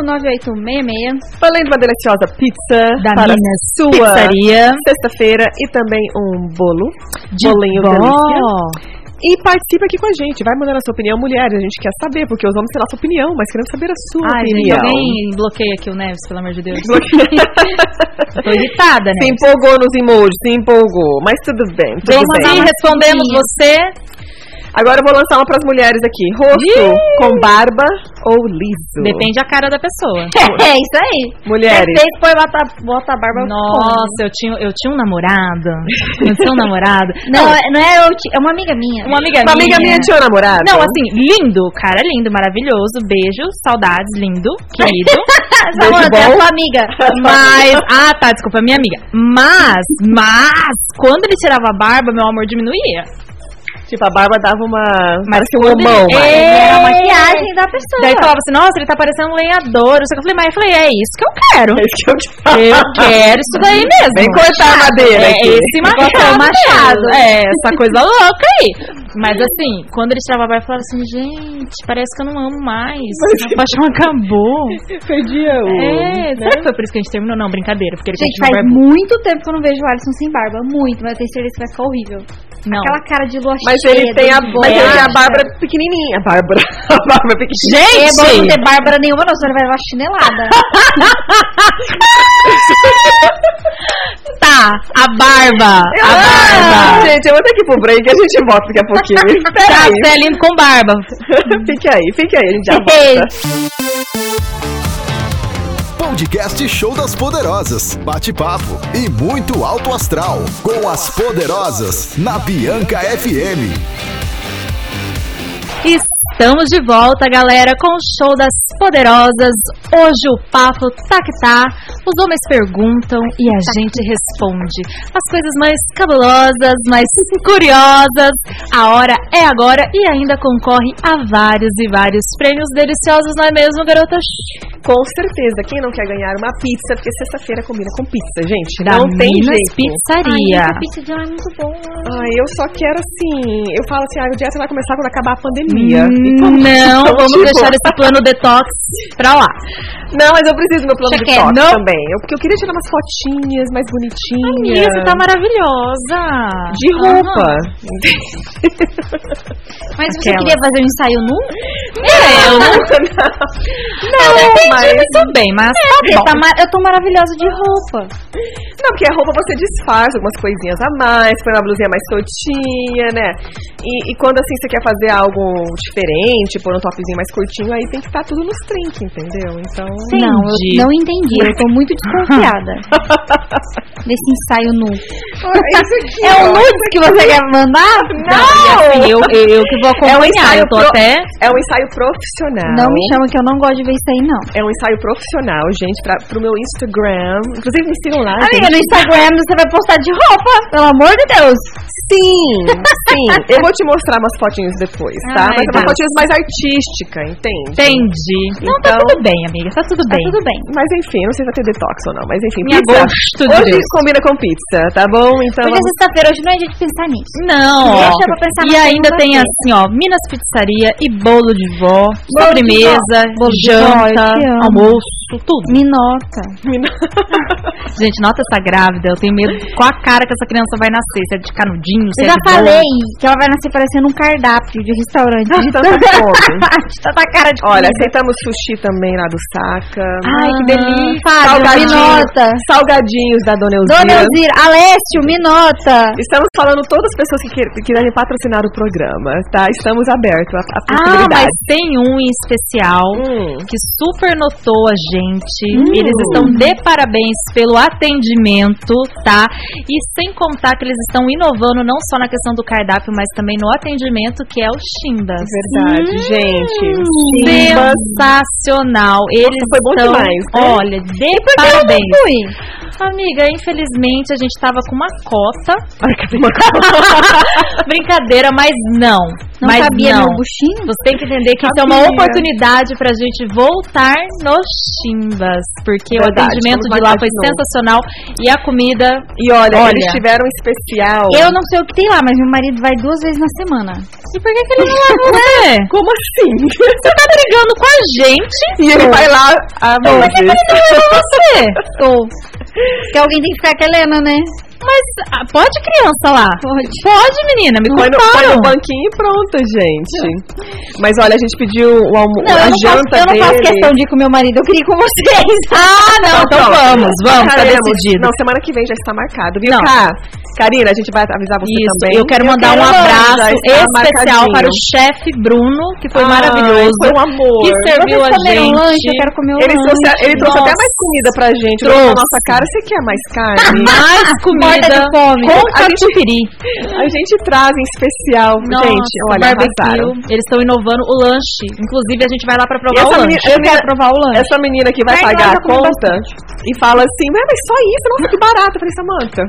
E: 9855-9866.
C: Além de uma deliciosa pizza
D: Da
C: para
D: Minas
C: sua
D: Pizzaria.
C: sexta-feira e também um bolo,
D: De
C: bolinho
D: vó.
C: delícia. E participe aqui com a gente, vai mandando a sua opinião, mulheres, a gente quer saber, porque os homens têm a nossa opinião, mas queremos saber a sua
D: Ai, gente,
C: opinião.
D: alguém bloqueia aqui o Neves, pelo amor de [LAUGHS] Deus. Tô irritada,
C: [LAUGHS] se
D: né?
C: empolgou nos emojis, se empolgou, mas tudo bem, tudo
D: Vamos
C: bem.
D: aí, respondemos
E: Sim.
D: você.
C: Agora eu vou lançar uma para as mulheres aqui, rosto com barba ou liso?
D: Depende a cara da pessoa.
E: [LAUGHS] É isso aí.
C: Mulheres,
E: Perfeito, põe bota, bota a barba fora.
D: Nossa, eu tinha, eu tinha um namorado. Eu tinha um namorado.
E: Não, é- não é, eu ti- é uma amiga minha.
D: uma amiga
C: uma amiga minha tinha um namorado.
D: Não, assim, lindo, cara, lindo, maravilhoso. Beijo, saudades,
C: [LAUGHS]
D: lindo,
C: Tá
D: querido.
E: [LAUGHS] Beijo
D: Samanta, é
E: bom.
D: a sua amiga. Mas, ah, tá, desculpa, minha amiga. Mas, mas, quando ele tirava a barba, meu amor diminuía.
C: tipo, a barba dava uma... Parece um
D: quando ele-
C: homão, mas...
D: É,
E: É a maquiagem da pessoa.
C: Ah.
D: Daí falava assim, nossa, ele tá parecendo um lenhador. não sei o que. Eu falei, mas eu falei, é isso que eu quero.
C: É isso que eu te falo.
D: Eu
C: [LAUGHS]
D: quero isso daí mesmo.
C: Vem cortar a madeira
D: É
C: aqui.
D: esse
E: Igual
D: machado,
E: o machado.
D: machado. É, essa coisa louca aí. Mas assim, quando ele tirava a barba, eu falava assim, gente, parece que eu não amo mais. Minha paixão acabou.
C: Perdia o...
D: É, será que foi por isso que a gente terminou? Não, brincadeira, porque ele
E: Gente,
D: continua
E: faz
D: barbudo.
E: muito tempo que eu não vejo o Alisson sem barba. Muito, mas eu tenho certeza que vai ficar horrível.
D: Não.
E: Aquela cara de lua
C: Mas
E: cheia,
C: ele tem a,
E: dor
C: mas
E: de
C: ele tem a
E: boca.
C: Bárbara pequenininha. A Bárbara. [LAUGHS] A Bárbara pequenininha.
E: É bom não
D: Gente!
E: ter Bárbara nenhuma, não, senão ele vai dar uma chinelada.
D: Tá, a barba. A
C: Ah,
D: barba.
C: gente, eu vou ter que ir pro break a gente volta daqui a pouquinho. Espera
D: [LAUGHS] Tá,
C: aí.
D: você é lindo com barba.
C: Fique aí, fique aí, a gente já volta.
A: Podcast Show das Poderosas. Bate-papo e muito alto astral. Com as Poderosas, na Bianca FM.
D: Estamos de volta, galera, com o show das poderosas. Hoje o papo tá que tá. Os homens perguntam e a gente responde. As coisas mais cabulosas, mais curiosas. A hora é agora e ainda concorre a vários e vários prêmios deliciosos, não é mesmo, garota?
C: Com certeza, quem não quer ganhar uma pizza, porque sexta-feira combina com pizza, gente.
D: Da
C: não tem
D: Minas
C: jeito.
D: Pizzaria.
E: Ai, essa pizza de lá é muito bom.
C: Ai, eu só quero assim. Eu falo assim, ah, o dieta vai começar quando acabar a pandemia. E como-
D: Hum, Não,
C: como,
D: vamos
C: tipo,
D: deixar esse plano detox pra lá.
C: Não, mas eu preciso do meu plano
D: Você
C: de
D: quer,
C: toque
D: não?
C: também. Eu, porque eu queria tirar umas fotinhas mais bonitinhas.
D: Amiga, você tá maravilhosa.
C: De roupa.
E: Mas você
D: Aquela.
E: queria fazer um ensaio nu?
D: É, eu não. Não, eu entendi
C: Mas-
D: muito bem, mas tá
E: Porque
D: bom.
E: tá ma- eu tô maravilhosa de roupa.
C: Não, porque a roupa você disfarça algumas coisinhas a mais, põe uma blusinha mais soltinha, né? E, e quando assim você quer fazer algo diferente, pôr um topzinho mais curtinho, aí tem que estar tudo nos trinques, entendeu? Então.
E: Não,
D: Entendi.
E: eu não entendi. Eu tô
D: [LAUGHS]
E: muito desconfiada desse ensaio nu.
C: é um
E: nude que você quer mandar?
D: Não, e assim, eu, eu, eu que
C: É
D: vou
C: um
D: acompanhar,
C: ensaio
D: eu tô
C: pro-
D: até...
C: É um ensaio profissional.
E: Não me chama que eu não gosto de ver isso aí, não.
C: É um ensaio profissional, gente, pra, pro meu Instagram. Inclusive, me sigam lá.
E: Amiga,
C: gente.
E: no Instagram você vai postar de roupa, pelo amor de Deus.
C: Sim, [LAUGHS] sim. Eu vou te mostrar umas fotinhas depois, tá?
D: Ai,
C: Mas é uma
D: Deus.
C: fotinhas mais artística, entende?
D: Entendi. Não, tá
C: Então-
D: tudo bem, amiga, tá tudo
E: Tá
D: bem.
E: tudo bem.
C: Mas enfim, não sei se vai ter detox ou não, mas enfim.
D: Me
C: pizza.
D: agosto de
C: Hoje
D: Deus.
C: combina com pizza, tá bom? Então,
E: Hoje é
C: vamos-
E: sexta-feira, hoje não é dia de pensar nisso.
D: Não, ó.
E: Deixa pra pensar
D: E
E: Tá na
D: ainda tem
E: segunda-feira.
D: assim, ó, Minas Pizzaria e bolo de vó,
E: Bolo
D: sobremesa,
E: de vó, bolo de
D: janta,
E: vó, eu te amo.
D: almoço, tudo.
E: Minoca.
D: Gente, nota essa grávida, eu tenho medo qual a cara que essa criança vai nascer, se é de canudinho, se
E: Eu
D: é
E: já
D: de bolo.
E: falei que ela vai nascer parecendo um cardápio de restaurante.
C: Ah,
E: De
C: tanta
E: [LAUGHS]
C: fome.
E: de tanta cara de
C: [LAUGHS] Olha,
E: comida.
C: aceitamos sushi também lá do Saca.
E: Ai, que delícia. Fábio,
C: Salgadinhos,
E: minota.
C: salgadinhos da Dona Elzira.
E: Dona Elzira, Alessio, minota.
C: Estamos falando todas as pessoas que quer- que quiserem patrocinar o programa, tá? Estamos abertos à, à
D: Ah, mas
C: possibilidade.
D: tem um em especial
C: Hum.
D: que super notou a gente.
C: Hum.
D: Eles estão de parabéns pelo atendimento, tá? E sem contar que eles estão inovando não só na questão do cardápio, mas também no atendimento, que é o Chimbas.
C: Verdade, gente. Simba.
D: Sensacional. Eles
C: foi bom
D: estão,
C: demais, né?
D: Olha, de parabéns. Amiga, infelizmente a gente tava com uma cota. Brincadeira, mas não.
E: Não
D: mas
E: sabia
D: não.
E: meu buchinho?
D: Você tem que entender que isso é uma
C: Sabia.
D: oportunidade pra gente voltar nos Chimbas. Porque o
C: Verdade,
D: atendimento
C: vamos
D: de lá
C: marcar
D: foi
C: de novo.
D: sensacional e a comida.
C: E olha,
D: Olha.
C: eles tiveram um especial.
E: Eu não sei o que tem lá, mas meu marido vai duas vezes na semana.
D: E por que, que ele não
C: [LAUGHS]
D: é?
C: Como assim?
D: Você tá brigando com a gente?
C: E ele vai lá a
D: Por que, que ele não é você?
E: Tô. [LAUGHS] Porque alguém tem que ficar com a Helena, né?
D: Mas ah, pode criança lá? Pode. menina, me
C: Põe no, É. põe no
D: contaram.
C: banquinho e pronto, gente. Mas olha, a gente pediu o almo-
E: Não,
C: a
E: eu não, faço,
C: janta
E: eu não faço
C: dele.
E: questão de ir com meu marido, eu queria ir
C: [LAUGHS]
E: com vocês.
D: Ah, não, então
C: Pronto.
D: vamos, vamos, tá
C: Marcaremos.
D: decidido.
C: Não, semana que vem já está marcado, viu,
D: Não.
C: Cá? Karina, a gente vai avisar você
D: Isso,
C: também.
D: eu quero mandar
C: quero já
D: um abraço
C: está
D: especial
C: marcadinho.
D: para o chefe Bruno, que foi
C: Ai,
D: maravilhoso.
C: Foi um amor.
D: Que serviu a
E: Vocês comeram
D: gente.
E: lanche, eu quero comer o
C: Ele trouxe,
E: lanche.
C: ele trouxe até
D: Nossa.
C: mais comida pra gente. Ele
D: Trouxe.
C: falou, Nossa, cara, você quer mais
D: [LAUGHS]
C: carne?
D: Mais comida
E: Morta de fome.
D: com
C: A gente-
D: catupiry.
C: a gente traz em especial,
D: Nossa,
C: gente. Olha, arrasaram.
D: barbecue. Eles estão inovando o lanche. Inclusive, a gente vai lá pra
C: E
D: provar
C: essa
D: o
C: menina,
D: lanche.
C: eu quero
E: provar o lanche.
C: essa menina que vai
E: Vai lá,
C: pagar
E: já
C: a
E: comeu
C: conta e fala assim, "Ué, mas só isso? Nossa, que barato. Eu falei, Samanta.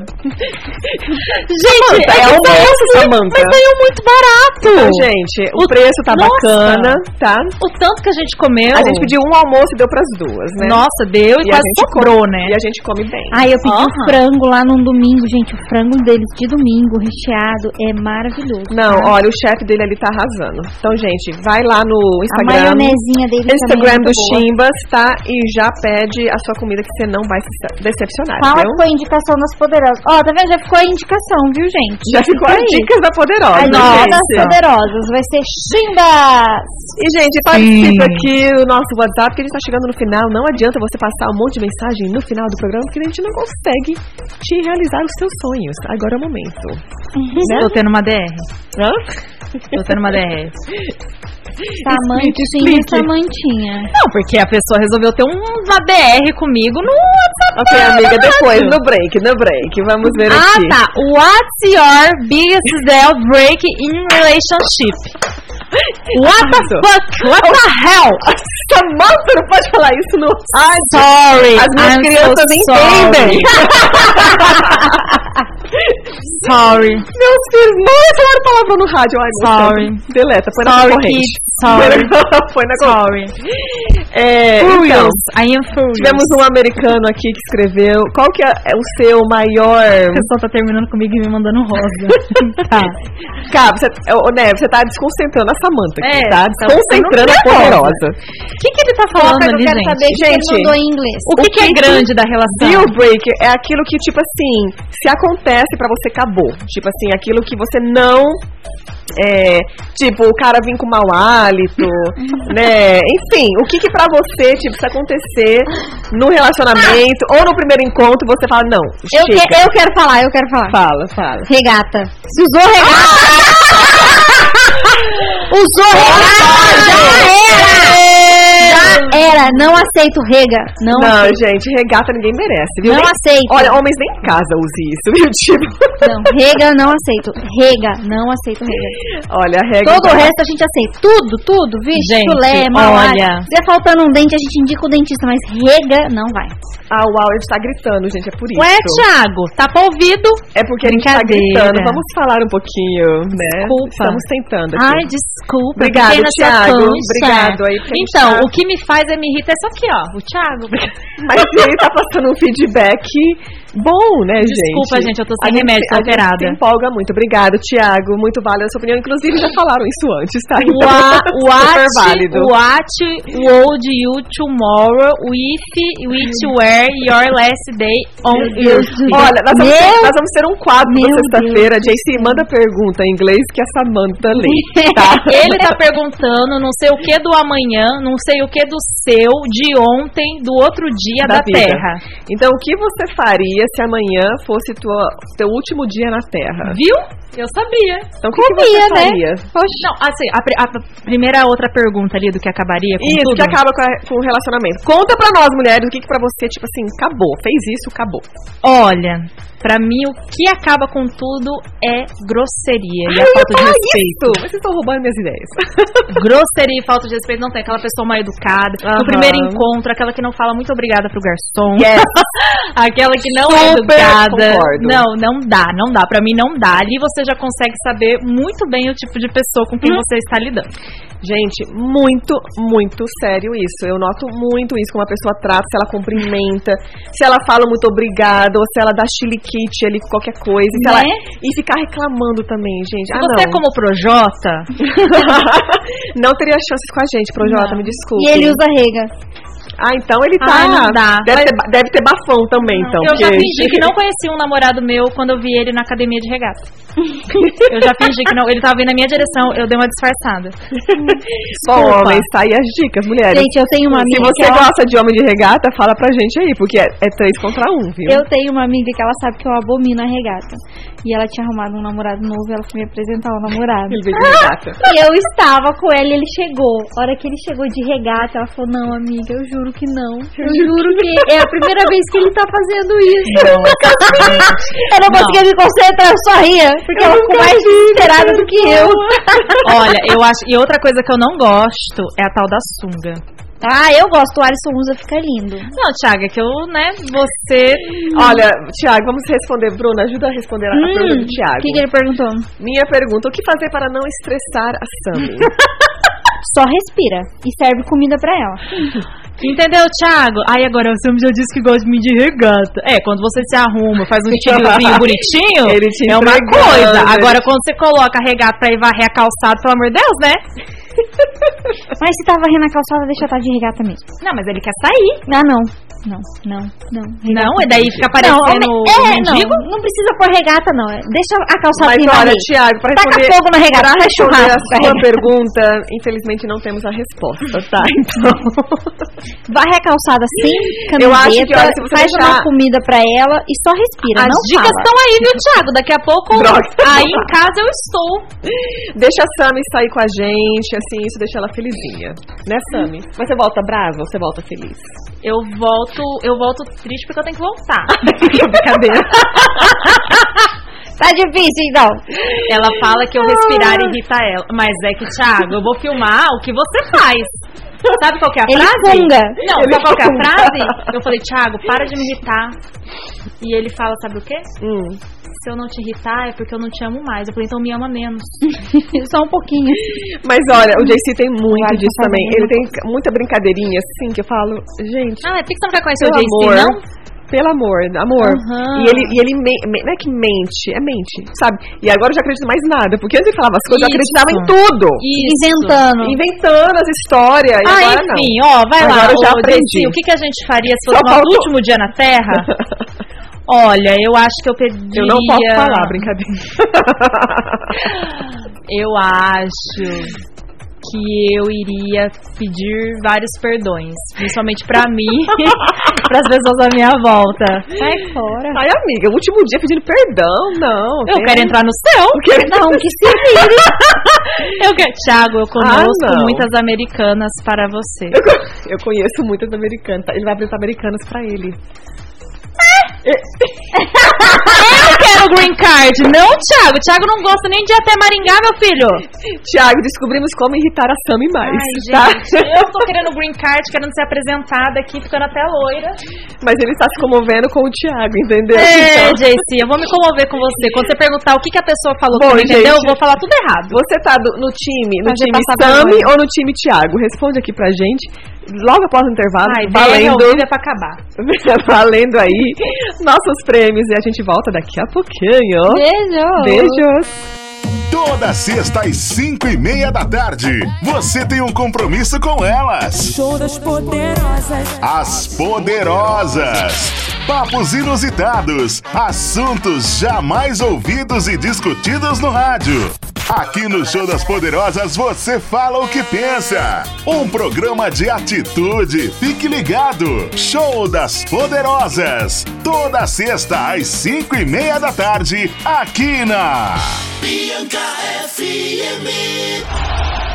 D: Gente,
C: Samanta, é
D: que
C: almoço,
D: saiu muito-
C: Samanta.
D: Mas saiu muito barato.
C: Então, gente, o,
D: O-
C: preço tá
D: Nossa.
C: bacana, tá?
D: O tanto que a gente comeu.
C: A gente pediu um almoço e deu pras duas, né?
D: Nossa, deu e,
C: E a
D: quase
C: gente
D: sobrou, né?
C: E a gente come bem.
E: Ai, eu pedi um
D: Aham.
E: frango lá num domingo, gente. O frango deles de domingo, recheado, é maravilhoso.
C: Não, olha, o chefe dele ali tá arrasando. Então, gente, vai lá no
E: A
C: Instagram.
E: maionezinha deles
C: Instagram
E: também é
C: do
E: muito boa.
C: Chimbas, tá? E já pede a sua comida que você não vai se decepcionar,
E: Fala
C: viu?
E: que foi indicação das poderosas. Ó, tá vendo? Já ficou a indicação, viu, gente?
C: Já ficou
E: Fica
C: as
E: aí.
C: dicas da Poderosa.
E: A dica das
C: gente.
E: poderosas vai ser Chimbas!
C: E, gente, participa aqui o nosso WhatsApp, que a gente tá chegando no final. Não adianta você passar um monte de mensagem no final do programa, porque a gente não consegue te realizar os seus sonhos. Agora é o momento. né?
D: Tô tendo uma DR.
C: Hã?
D: Tô tendo uma DR.
E: Samantinha,
D: explique.
E: Samantinha.
D: Não, porque a pessoa resolveu ter um- uma DR comigo no WhatsApp. Tá
C: Ok, amiga, depois, no break, no break. Vamos ver
D: Ah,
C: aqui.
D: tá. What's your biggest deal break in relationship? What the
C: Arrasou.
D: fuck? What the hell?
C: Samanta, não pode falar isso no...
D: I'm sorry.
C: As minhas
D: I'm
C: crianças
D: so
C: [LAUGHS] entendem.
D: Sorry.
C: Meus filhos não falaram palavra no rádio. Ai, meu
D: Sorry.
C: santo. Deleta, põe na
D: Sorry,
C: concorrente.
D: kids. Sorry.
C: [LAUGHS] Põe na concorrente.
D: Sorry.
C: É, então,
D: Furious. I am furious.
C: tivemos um americano aqui que escreveu. Qual que é é o seu maior...
D: A pessoa tá terminando comigo e me mandando rosa. tá.
C: Cara, você, ô, Neve, você tá desconcentrando a Samanta aqui,
D: É,
C: tá?
D: tá
C: Desconcentrando a
D: ficando
C: poderosa.
D: O que, que ele tá
E: Coloca
D: falando ali,
E: que eu quero
D: gente?
E: saber o que
C: Gente,
E: ele mandou em inglês. Tá.
D: O que, que é grande da relação?
C: Deal breaker é aquilo que, tipo assim, se acontece pra você, acabou. acabou. Tipo assim, aquilo que você não. É, tipo, o cara vem com mau
E: [LAUGHS]
C: hálito, né? Enfim, o que que pra você, tipo, se acontecer no relacionamento ou no primeiro encontro, você fala, não,
E: Eu,
C: chega.
E: que- eu quero falar, eu quero falar.
C: Fala, fala.
E: Regata. Se usou regata. usou regata. Já era. Já era. Não aceito rega. Não,
C: Não,
E: aceito.
C: gente, regata ninguém merece, viu?
E: Não
C: Nem-
E: aceito.
C: Olha, homens nem em casa usem isso, [LAUGHS] viu? Tipo,
E: Não, rega não aceito. Rega, não aceito rega.
C: olha, a regra.
E: Todo o resto a gente aceita. Tudo, tudo, vixe,
D: Gente,
E: chulé,
D: olha.
E: malha. Se é faltando um dente, a gente indica o dentista, mas rega não vai.
C: Ah, uau, a gente tá gritando, gente, é por isso.
D: Ué, Thiago, tá pra ouvido?
C: É porque a gente tá
D: Brincadeira.
C: gritando. Vamos falar um pouquinho, né?
D: Desculpa.
C: Estamos tentando aqui.
D: Ai, desculpa.
C: Obrigado,
D: fiquei na sua
C: Thiago.
D: cancha.
C: Obrigado aí pra gente
D: Então,
C: tá-
D: o que me faz é me irrita é isso aqui, ó. O Thiago.
C: [LAUGHS] Mas ele tá passando um feedback bom, né, gente?
D: Desculpa, gente, eu tô sem
C: A gente-
D: remédio, tô
C: a gente
D: alterada.
C: se empolga muito. Obrigado, Thiago. Muito válido a sua opinião. Inclusive, já falaram isso antes, tá?
D: What,
C: [LAUGHS] super
D: what,
C: válido.
D: what would you tomorrow if which were your last day on earth?
C: Olha, nós vamos, ter,
D: Meu
C: nós vamos ter um quadro na
D: Meu
C: sexta-feira. JC, manda pergunta em inglês que a Samanta lê, tá?
D: [LAUGHS] Ele tá perguntando não sei o que do amanhã, não sei o que do seu, de ontem, do outro dia da,
C: vida.
D: Terra.
C: Então, o que você faria se amanhã fosse tua, teu último dia na Terra?
D: Viu? Eu sabia.
C: Então, o que, que você
D: né?
C: faria?
D: Não, assim, a, pri- a primeira outra pergunta ali do que acabaria com
C: Isso,
D: tudo.
C: que acaba com, a- com o relacionamento. Conta pra nós, mulheres, o que, que pra você, tipo assim, acabou. Fez isso, acabou.
D: Olha, pra mim o que acaba com tudo é grosseria e a
C: Ai,
D: falta de
C: eu ia falar
D: respeito.
C: isso. Mas Vocês estão roubando minhas ideias.
D: [LAUGHS] Grosseria e falta de respeito não tem. Aquela pessoa mal educada.
C: Aham.
D: No primeiro encontro, aquela que não fala muito obrigada pro garçom.
C: Yes.
D: aquela que não é
C: Super
D: educada.
C: concordo.
D: Não, não dá, não dá. Pra mim não dá. Ali você já consegue saber muito bem o tipo de pessoa com quem
C: Uhum.
D: você está lidando.
C: [LAUGHS] Gente, muito, muito sério isso. Eu noto muito isso, como a pessoa trata, se ela cumprimenta, se ela fala muito obrigada, ou se ela dá chiliquite ali com qualquer coisa. e se
D: Né?
C: ela- E ficar reclamando também, gente.
D: Se
C: Ah,
D: você
C: não.
D: é
C: [LAUGHS]
D: como o Projota,
C: não teria chances com a gente, Projota, me desculpe.
E: E ele usa rega.
C: Ah, então ele tá.
D: Ai, não dá.
C: Deve, ter, ba- deve ter bafão também, então.
D: eu já
C: porque-
D: fingi que não conhecia um namorado meu quando eu vi ele na academia de regata.
C: [LAUGHS]
D: eu já fingi que não. Ele tava vindo na minha direção, eu dei uma disfarçada.
C: Bom,
D: Desculpa.
C: homens, tá aí as dicas, mulheres.
E: Gente, eu tenho uma
C: Se
E: amiga
C: você
E: que ela-
C: gosta de homem de regata, fala pra gente aí, porque é, é três contra um, viu?
E: Eu tenho uma amiga que ela sabe que eu abomino a regata. E ela tinha arrumado um namorado novo e ela foi me apresentar o namorado.
C: Ele veio
E: [LAUGHS]
C: de regata.
E: E eu estava com ela e ele chegou. A hora que ele chegou de regata, ela falou: Não, amiga, eu juro que não. Eu juro que é a primeira vez que ele tá fazendo [LAUGHS] isso. eu não conseguia me concentrar, eu só ria. Porque ela ficou mais desesperada do que
D: [LAUGHS]
E: eu. [LAUGHS]
D: Olha, eu acho. E outra coisa que eu não gosto é a tal da sunga.
E: Ah, eu gosto. O Alisson usa, fica lindo.
D: Não, Thiaga, que eu, né, você.
C: Olha, Tiago, vamos responder. Bruna, ajuda a responder a
E: tá
D: Hum,
C: pergunta do Tiago.
E: Hum. O que, que
D: é?
E: ele perguntou?
C: Minha pergunta: o que fazer para não estressar a Sammy?
E: Só respira e serve comida pra ela.
D: Entendeu, Thiago? Aí agora o Sam já disse que gosta de mim de regata. É, quando você se arruma, faz
C: [LAUGHS]
D: um estilozinho bonitinho,
C: Ele te
D: é uma
C: entregando,
D: coisa.
C: ele-
D: Agora quando você coloca a regata pra ir varrer a calçada, pelo amor de Deus, né?
E: Mas se tava rindo na calçada, deixa eu estar de regata mesmo.
D: Não, mas ele quer sair.
E: Ah, não. Não, não, não.
D: Não, e daí fica
E: Não,
D: parecendo
E: homem-
D: um
E: é, não,
D: mendigo.
E: não precisa pôr regata, não. É, Deixa a
D: Tá
E: calçada
C: Mas
E: aqui
C: olha,
E: varrer.
C: Tiago, pra
E: Taca
C: responder,
E: fogo na regata,
C: pra
E: faz
C: responder a
E: churrasco com a
C: sua
E: regata.
C: pergunta, infelizmente não temos a resposta, tá?
D: [LAUGHS]
C: Então,
E: Varre a calçada assim,
C: Eu
E: camiseta,
C: acho que, olha, se você
E: faz
C: deixar-
E: uma comida pra ela e só respira,
D: As
E: não
D: dicas
E: fala.
D: estão aí, viu, Thiago? Daqui a pouco,
C: Droga.
D: [LAUGHS] aí tá. em casa eu estou.
C: deixa a Sammy sair com a gente, assim, isso deixa ela felizinha. Né, Sammy?
D: Hum.
C: Mas Você volta brava ou você volta feliz?
D: Eu volto, eu volto triste porque eu tenho que voltar.
C: [LAUGHS] Brincadeira.
E: Tá difícil, então.
D: Ela fala que eu respirar irrita ela. Mas é que, Thiago, eu vou filmar o que você faz. Sabe qual que é a
E: Ele
D: frase?
E: funga.
D: Não,
C: Ele
D: sabe qual que é a
C: funga.
D: frase? Eu falei, Thiago, para de me irritar. E ele fala, sabe o quê?
C: Hum.
D: Se eu não te irritar é porque eu não te amo mais. Eu falei, então me ama menos.
E: só um pouquinho.
C: Mas olha, o JC tem muito
E: Claro,
C: disso
E: tá
C: também.
E: fazendo.
C: Ele tem muita brincadeirinha, assim, que eu falo, gente,
D: Ah, é por que você não quer conhecer
C: pelo
D: o JC,
C: amor.
D: não?
C: Pelo amor, amor.
D: Aham.
C: E ele, e ele me- me- não é que mente, é mente, sabe? E agora eu já acredito mais nada, porque antes ele falava as coisas, eu
D: Isso.
C: acreditava em tudo.
D: Isso.
E: Inventando.
C: Inventando as histórias, e
D: Ah,
C: agora
D: enfim,
C: não.
D: ó, vai lá.
C: Agora eu já
D: ô, JC,
C: aprendi.
D: o que, que a gente faria se
C: Só
D: fosse um o nosso
C: faltou-
D: último dia na Terra? Olha, eu acho que eu pedi.
C: Eu não posso falar,
D: [LAUGHS]
C: brincadeira.
D: eu acho que eu iria pedir vários perdões, principalmente para [LAUGHS] mim, para as pessoas à minha volta.
E: Sai fora.
C: Ai, amiga, o último dia pedindo perdão, não.
D: Eu quero aí. entrar no céu.
E: Quero... Não, que se
D: [LAUGHS]
E: vire.
D: eu quero... Thiago, eu conosco ah, muitas americanas para você.
C: Eu, con... eu conheço muitas americanas. tá? Ele vai apresentar americanas para ele.
D: Eu quero green card, não Thiago. Thiago não gosta nem de ir até Maringá, meu filho.
C: Thiago, descobrimos como irritar a Sammy mais. Ai,
D: tá? gente, eu tô querendo green card, querendo ser apresentada aqui, ficando até loira.
C: [LAUGHS] Mas ele está se comovendo com o Thiago, entendeu?
D: É, então... JC, eu vou me comover com você. Quando você perguntar o que, que a pessoa falou Bom, comigo, entendeu? Eu vou falar tudo errado.
C: Você tá do, no time, no time Sammy ou no time Thiago? Responde aqui pra gente. Logo após o intervalo, Ai, valendo.
D: É pra acabar.
C: [LAUGHS] valendo aí nossos prêmios e a gente volta daqui a pouquinho.
E: Beijos!
C: Beijos!
F: Toda sexta às cinco e meia da tarde, você tem um compromisso com elas.
G: Show das poderosas.
F: As poderosas. Papos inusitados, assuntos jamais ouvidos e discutidos no rádio. Aqui no Show das Poderosas você fala o que pensa. Um programa de atitude. Fique ligado. Show das Poderosas. Toda sexta às cinco e meia da tarde aqui na Bianca
C: FM.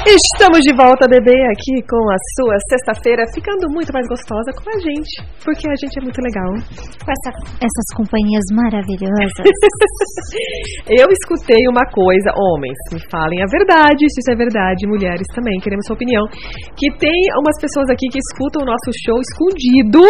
C: Estamos de volta, bebê, aqui com a sua sexta-feira, ficando muito mais gostosa com a gente, porque a gente é muito legal.
E: Com essa, essas companhias maravilhosas.
C: Eu escutei uma coisa, homens, me falem a verdade, se isso é verdade, mulheres também, queremos sua opinião, que tem umas pessoas aqui que escutam o nosso show escondido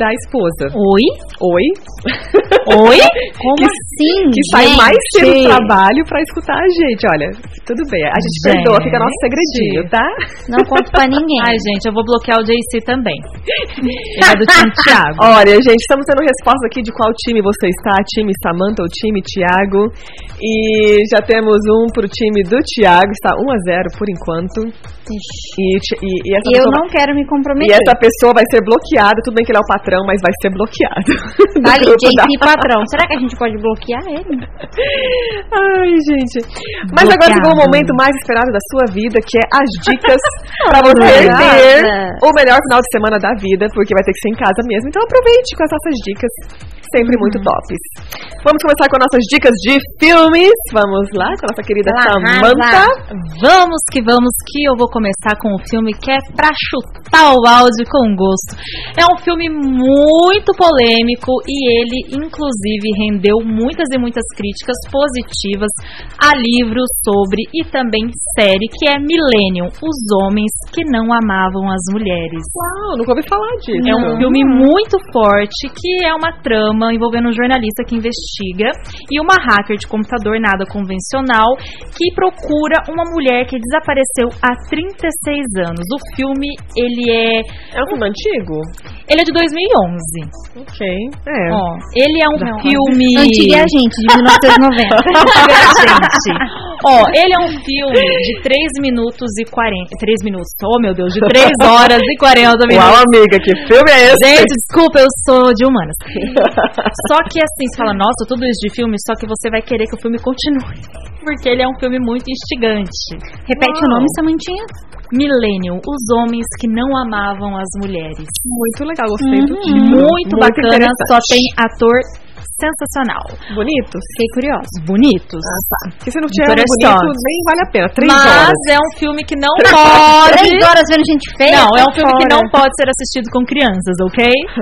C: da esposa.
D: Oi?
C: Oi? [LAUGHS]
D: Oi?
E: Como que, assim?
C: Que sai mais cedo do trabalho pra escutar a gente. Olha, tudo bem. A gente gente. perdoa, fica nosso segredinho, tá?
E: Não conto pra ninguém.
D: Ai, gente, eu vou bloquear o JC também. Ele é do
C: [LAUGHS]
D: time Thiago.
C: Olha, gente, estamos tendo resposta aqui de qual time você está. Time Samanta ou time Thiago. E já temos um pro time do Thiago. Está 1 a 0 por enquanto.
E: E, e, e essa [LAUGHS] eu não vai... quero me comprometer.
C: E essa pessoa vai ser bloqueada. Tudo bem que ele é o patrão, mas vai ser bloqueado. [LAUGHS]
E: Vale, JC da...
C: tá
E: Tá patrão. Será que a gente pode bloquear ele?
C: Ai, gente. Mas bloqueado. agora chegou o momento mais esperado da sua vida, que é as
D: [LAUGHS]
C: dicas para você ter o melhor final de semana da vida, porque vai ter que ser em casa mesmo. Então aproveite com as nossas dicas, sempre uhum. muito tops. Vamos começar com nossas dicas de filmes. Vamos lá com a nossa querida lá, Samantha.
D: Vamos que vamos que eu vou começar com um filme que é pra chutar o áudio com gosto. É um filme muito polêmico e ele inclusive rendeu muitas e muitas críticas positivas a livros sobre e também série que é Millennium, Os Homens que Não Amavam as Mulheres.
C: Uau, nunca ouvi falar disso.
D: É um filme muito forte que é uma trama envolvendo um jornalista que investiga e uma hacker de computador nada convencional que procura uma mulher que desapareceu há 36 anos. O filme, ele é...
C: É um filme antigo?
D: Ele é de 2011.
C: Ok, é.
D: Ó, ele é um Não, filme...
E: Antiga é a gente, de
D: [LAUGHS]
E: 1990.
D: antiga é a
C: [LAUGHS]
D: gente. Ó, ele é um filme de 3 minutos e 40. 3 minutos, oh meu Deus, de 3
C: [LAUGHS]
D: horas e 40 minutos.
C: Uau, amiga, que filme é esse?
D: Gente, desculpa, eu sou de humanas. só que assim, você fala, nossa, tudo isso de filme, só que você vai querer que o filme continue. Porque ele é um filme muito instigante.
E: Repete Uau. o nome, Samantinha?
D: Millennium, os homens que não amavam as mulheres.
C: [LAUGHS] Muito legal, gostei do
D: filme. Uhum. Muito, muito bacana, só tem ator sensacional.
C: Bonitos?
E: Fiquei curiosa.
D: Bonitos. Ah,
C: tá. Porque se não tiver um bonito, nem vale a pena. Três
D: Mas
C: horas.
D: é um filme que não pode...
E: Três horas vendo gente feia?
D: Não, é um filme fora. que não pode ser assistido com crianças, ok?
E: Uh,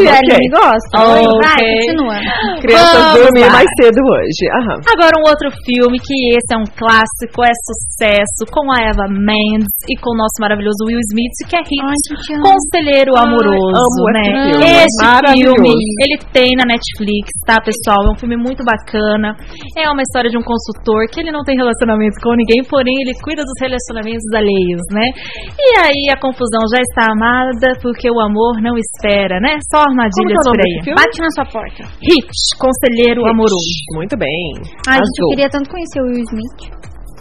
E: okay. me gosta.
D: Okay.
E: Vai, continua.
C: Crianças dormir mais cedo hoje. Aham.
D: Agora um outro filme que esse é um clássico, é sucesso, com a Eva Mendes e com o nosso maravilhoso Will Smith, que é hit. Ai, que Conselheiro Amoroso,
C: Ai,
D: né?
C: Filme.
D: Este Ah, filme, ele tem na Netflix, tá, pessoal? É um filme muito bacana. É uma história de um consultor que ele não tem relacionamentos com ninguém, porém ele cuida dos relacionamentos alheios, né? E aí a confusão já está amada, porque o amor não espera, né? Só armadilhas
E: Como
D: por aí.
E: Bate na sua porta.
D: Hit, Conselheiro Hit. Amoroso.
C: Muito bem.
E: Ai, Azul. gente, eu queria tanto conhecer o Will Smith.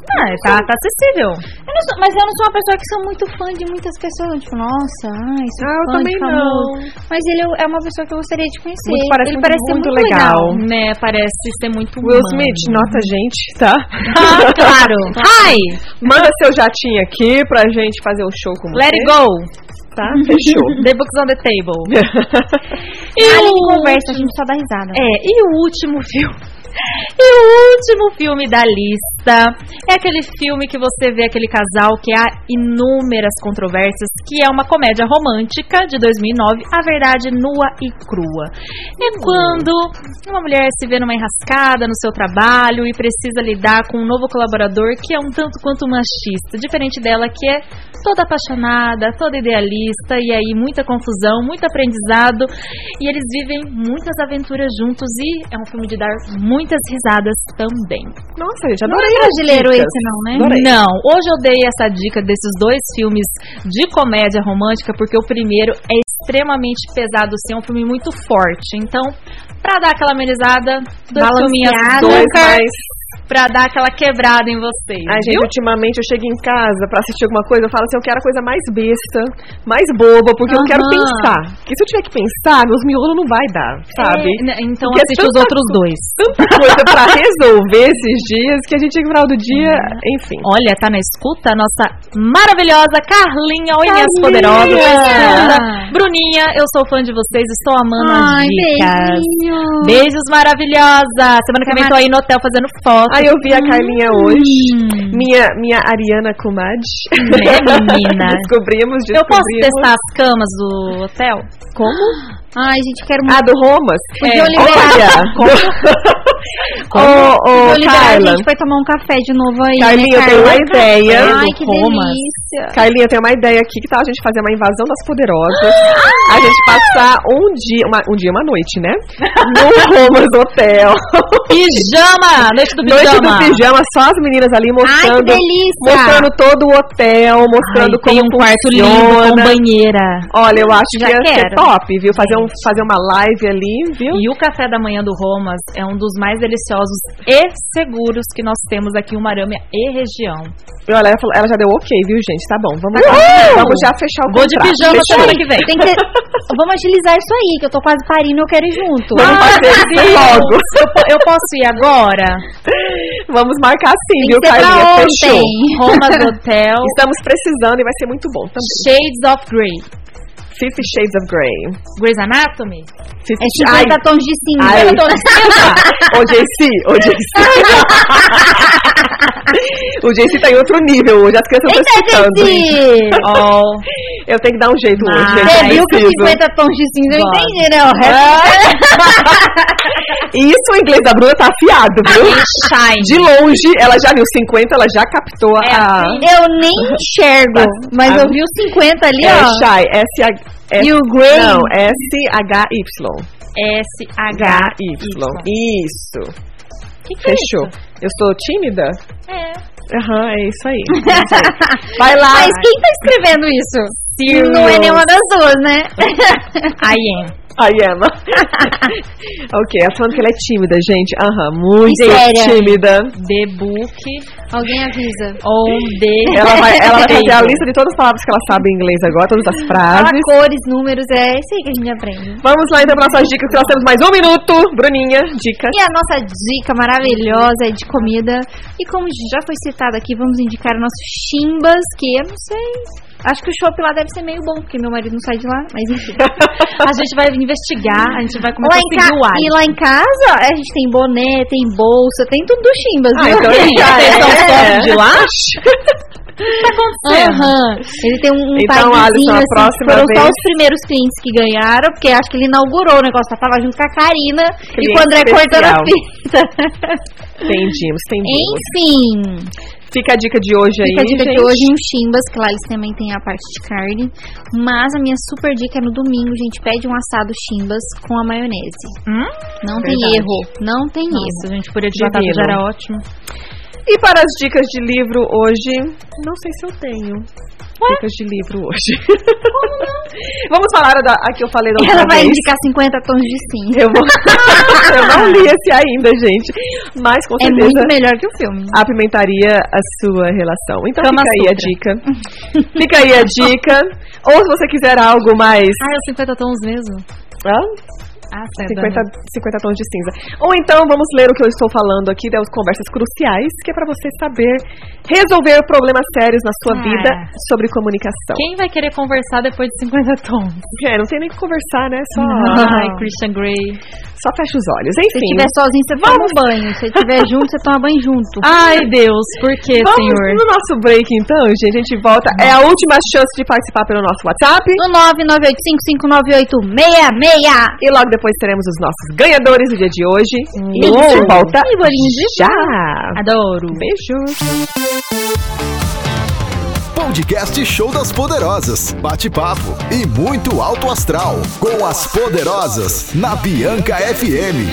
D: Ah, tá, tá acessível.
E: Eu não sou- mas eu não sou uma pessoa que sou muito fã de muitas pessoas. Tipo, nossa, ai, sou
C: Ah, eu
E: fã
C: também
E: de
C: não.
E: famoso. Mas ele é- é uma pessoa que eu gostaria de conhecer.
C: Muito- parece
E: ele
C: muito-
E: parece ser
C: muito
E: muito
C: legal.
E: legal.
D: Né, parece ser muito
C: Will
D: humano.
C: Smith, nota a gente, tá?
D: Hum. Ah, claro. Hi,
C: [LAUGHS] Manda seu jatinho aqui pra gente fazer o show com
D: let
C: você,
D: it go.
C: tá?
D: [LAUGHS]
C: Fechou.
D: The books on the table.
E: E
D: o
E: Ah, conversa, a gente só dá risada.
D: É, e o último filme. [LAUGHS] E o último filme da lista é aquele filme que você vê aquele casal que há inúmeras controvérsias, que é uma comédia romântica de 2009, A Verdade Nua e Crua. É quando uma mulher se vê numa enrascada no seu trabalho e precisa lidar com um novo colaborador que é um tanto quanto machista, diferente dela que é toda apaixonada, toda idealista e aí muita confusão, muito aprendizado e eles vivem muitas aventuras juntos e é um filme de dar muitas risadas também.
C: Nossa, gente,
E: Não é
C: adorei as
E: brasileiro
C: dicas.
E: esse não, né?
C: Adorei.
D: Não, hoje eu dei essa dica desses dois filmes de comédia romântica porque o primeiro é extremamente pesado, sim, é um filme muito forte. Então, pra dar aquela amenizada, dois filminhos
E: Balanceada.
C: Dois,
D: açúcar,
C: mas...
D: pra dar aquela quebrada em vocês,
C: Ai, gente,
D: viu?
C: ultimamente eu chego em casa pra assistir alguma coisa, eu falo assim, eu quero a coisa mais besta, mais boba, porque eu quero
D: Aham.
C: pensar. Porque se eu tiver que pensar, meus miolos não vai dar, sabe?
D: É, né, então
C: Porque é
D: assiste os
C: tanta
D: outros dois.
C: Tanta coisa
D: [LAUGHS]
C: pra resolver esses dias que a gente chega no final do dia,
D: Hum.
C: enfim.
D: Olha, tá na escuta a nossa maravilhosa Carlinha, oi minhas
E: Carlinha!
D: poderosas, minha segunda. Bruninha, eu sou fã de vocês e estou amando as
E: Ai,
D: dicas.
E: beijinho.
D: Beijos maravilhosa! Semana que vem tô aí no hotel fazendo foto.
C: Aí eu vi a Carlinha hoje,
D: Hum,
C: minha, minha Ariana Kumad.
D: Né, menina?
C: [LAUGHS] descobrimos, descobrimos.
D: eu posso testar as camas do hotel?
C: Como?
E: Ai, gente, quero muito.
C: Ah, do Romas?
D: É.
E: Podia
D: [LAUGHS]
E: liberar,
C: Olha! Ô, ô,
E: podia liberar a
C: Carla.
E: gente vai tomar um café de novo aí.
C: Carlinha,
E: né,
C: eu tenho uma
E: Carla?
C: ideia.
E: Ai,
D: do
E: que
D: Romas.
E: delícia.
C: Carlinha, tem uma ideia aqui que tal a gente fazer uma invasão das poderosas. A gente passar um dia, uma, um dia, uma noite,
D: [LAUGHS]
C: né? No Romas Hotel.
D: Pijama! Noite do
C: Noite do
D: pijama!
C: pijama, só as meninas ali
E: Ai, que
C: mostrando.
E: delícia.
C: mostrando todo o hotel, mostrando
D: Tá. Ai,
C: como
D: tem um quarto
C: funciona.
D: lindo com banheira.
C: Olha, eu acho
D: Já
C: que ia ser
D: quero.
C: top, viu? Fazer, um, fazer uma live ali, viu?
D: E o café da manhã do Romas é um dos mais deliciosos e seguros que nós temos aqui em Umarama e região.
C: E olha, ela, falou- ela já deu ok, viu, gente? Tá bom, vamos, vamos já fechar o
D: Vou de
C: contrato.
D: pijama
C: Fechou.
D: semana que vem.
E: Tem
C: [LAUGHS]
E: que... Vamos agilizar isso aí, que eu tô quase parindo eu quero ir junto.
D: Ah,
C: Vamos fazer isso
D: Deus! [LAUGHS]
C: logo.
D: Eu, po- eu posso ir agora?
C: Vamos marcar sim,
E: Tem
C: viu,
E: que ser pra
C: Carlinha?
E: ontem. [LAUGHS]
C: Fechou.
D: Romas Hotel,
C: Estamos precisando e vai ser muito bom também.
D: Shades of Grey.
C: Fifty Shades of Grey.
D: Grey's Anatomy?
C: Fifty
E: É 50 tons de cinza.
C: Ai. é
E: Eu tô- assim,
C: Ai, o JC, o JC. o JC tá em outro nível hoje, as crianças estão
E: Eita,
C: escutando.
E: gente!
D: Oh,
C: Eu tenho que dar um jeito hoje,
D: Mas-
C: gente.
E: Ah. Você
C: eu
E: viu que
C: preciso.
E: 50 tons de cinza eu
D: Ah, Bora.
E: entendi, né? O resto
C: Isso, o inglês da Bruna tá afiado,
D: Ah.
C: viu?
E: é
D: Shine.
C: De longe, ela já viu 50, ela já captou
D: É Tá.
C: a...
D: assim.
E: Ah. eu nem enxergo. Mas
D: Ah.
E: eu vi os 50 ali,
C: É
E: ó.
C: Shy, S-H... S-
E: E o Grey?
C: Não, S-H-Y.
D: S-H-Y.
C: Y. Isso.
D: Que que é
C: Fechou. Eu sou tímida?
D: É.
C: Aham, é isso aí. Vai lá.
E: Mas quem tá escrevendo isso? Não é nenhuma das duas, né?
D: [LAUGHS] I am.
C: Ai, Emma. [LAUGHS] ok, ela falando que ela é tímida, gente. Aham, muito
E: Séria.
C: tímida.
D: The book
E: Alguém avisa.
D: on the...
C: Ela vai, ela vai fazer a
D: table.
C: lista de todas as palavras que ela sabe em inglês agora, todas as
E: Fala
C: frases.
E: cores, números, é isso aí que a gente aprende.
C: Vamos lá então para nossas dicas, que nós temos mais um minuto. Bruninha, dica.
E: E a nossa dica maravilhosa é de comida. E como já foi citado aqui, vamos indicar o nosso Chimbas, que eu não sei. Acho que o shopping lá deve ser meio bom, porque meu marido não sai de lá, mas [LAUGHS] enfim.
D: A gente vai investigar, a gente vai
E: Lá
D: começar
E: em
D: a
E: ca-
D: seguir o
E: E
D: alho.
E: lá em casa, a gente tem boné, tem bolsa, tem tudo do Chimbas,
C: Ah,
E: viu? [LAUGHS]
C: então ele já
E: Vocês são
C: é.
E: fãs de lá? Aham. Ele tem um
C: Então,
E: então,
C: Alisson, a
E: assim,
C: próxima
E: foram só
C: vez-
E: os primeiros clientes que ganharam, porque acho que ele inaugurou o negócio, tava junto com a Karina e
C: Cliente
E: com o André cortando a
C: especial.
E: pizza.
C: Entendimos, entendimos.
E: Enfim,
C: Fica a dica de hoje aí.
E: fica a dica de
C: gente.
E: hoje no Chimbas, que lá eles também têm a parte de carne, mas a minha super dica é no domingo, gente, pede um assado Chimbas com a maionese.
D: Hum?
E: Não tem
D: Verdade.
E: erro, não tem
D: Isso,
E: erro. tá
D: a gente podia de batata
C: Divino.
D: já era ótimo.
C: E para as dicas de livro hoje, não sei se eu tenho dicas de livro hoje. [LAUGHS] Vamos falar da a que eu falei da outra
E: [LAUGHS] Ela vai
C: vez.
E: indicar 50 tons de cinza.
C: [LAUGHS] Eu, vou... eu não li apreciar ainda, gente. Mas com
E: É
C: certeza
E: muito melhor que o filme.
C: apimentaria a sua relação. Então
E: Kama
C: fica aí a
E: Sutra.
C: dica. fica aí a [LAUGHS] dica. Ou se você quiser algo mais.
E: Ah, é os 50 tons mesmo?
C: Hã?
E: Ah, certo.
C: 50, 50 tons de cinza. Ou então vamos ler o que eu estou falando aqui das conversas cruciais, que é para você saber resolver problemas sérios na sua
E: Ah.
C: vida
D: é.
C: sobre comunicação.
D: Quem vai querer conversar depois de 50 tons?
C: É, não tem nem o que conversar, né? Só, [LAUGHS]
D: Ai, Christian Grey.
C: só fecha os olhos.
E: Se
C: Enfim.
E: estiver sozinho, você toma um banho. Se estiver junto, você toma banho junto.
D: Ai, Deus, por que,
C: Vamos
D: senhor?
C: no nosso break então, gente. A gente volta. É a última chance de participar pelo nosso WhatsApp.
E: No 998559866.
C: E logo depois teremos os nossos ganhadores do dia de hoje. E a gente
E: Uou.
C: volta
E: E bolinho de
C: já.
D: Adoro.
C: Beijo.
A: Podcast Show das Poderosas. Bate-papo e muito alto astral. Com as Poderosas na Bianca FM.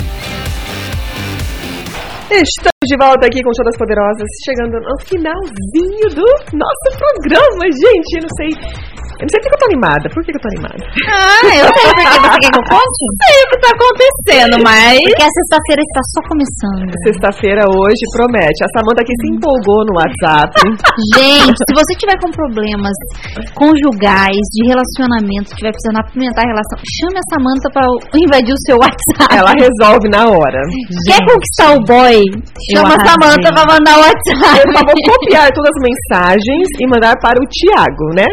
C: Estamos de volta aqui com o Show das Poderosas, chegando ao finalzinho do nosso programa, gente. Eu não sei. Eu não sei porque eu tô animada. Por que que eu tô animada?
E: Ah,
D: [LAUGHS]
E: eu sei porque você quer que eu conte?
D: sei o que tá acontecendo, mas.
E: Porque a sexta-feira está só começando.
C: Sexta-feira hoje promete. A Samanta aqui se empolgou no WhatsApp.
E: Gente, se você tiver com problemas conjugais, de relacionamento, tiver precisando apimentar a relação, chame a Samanta pra invadir o seu WhatsApp.
C: Ela resolve na hora.
E: Quer conquistar o boy? Chama a
D: arrasei.
E: Samanta pra mandar o
C: Eu
E: WhatsApp.
C: só vou copiar todas as mensagens e mandar para o Tiago, né?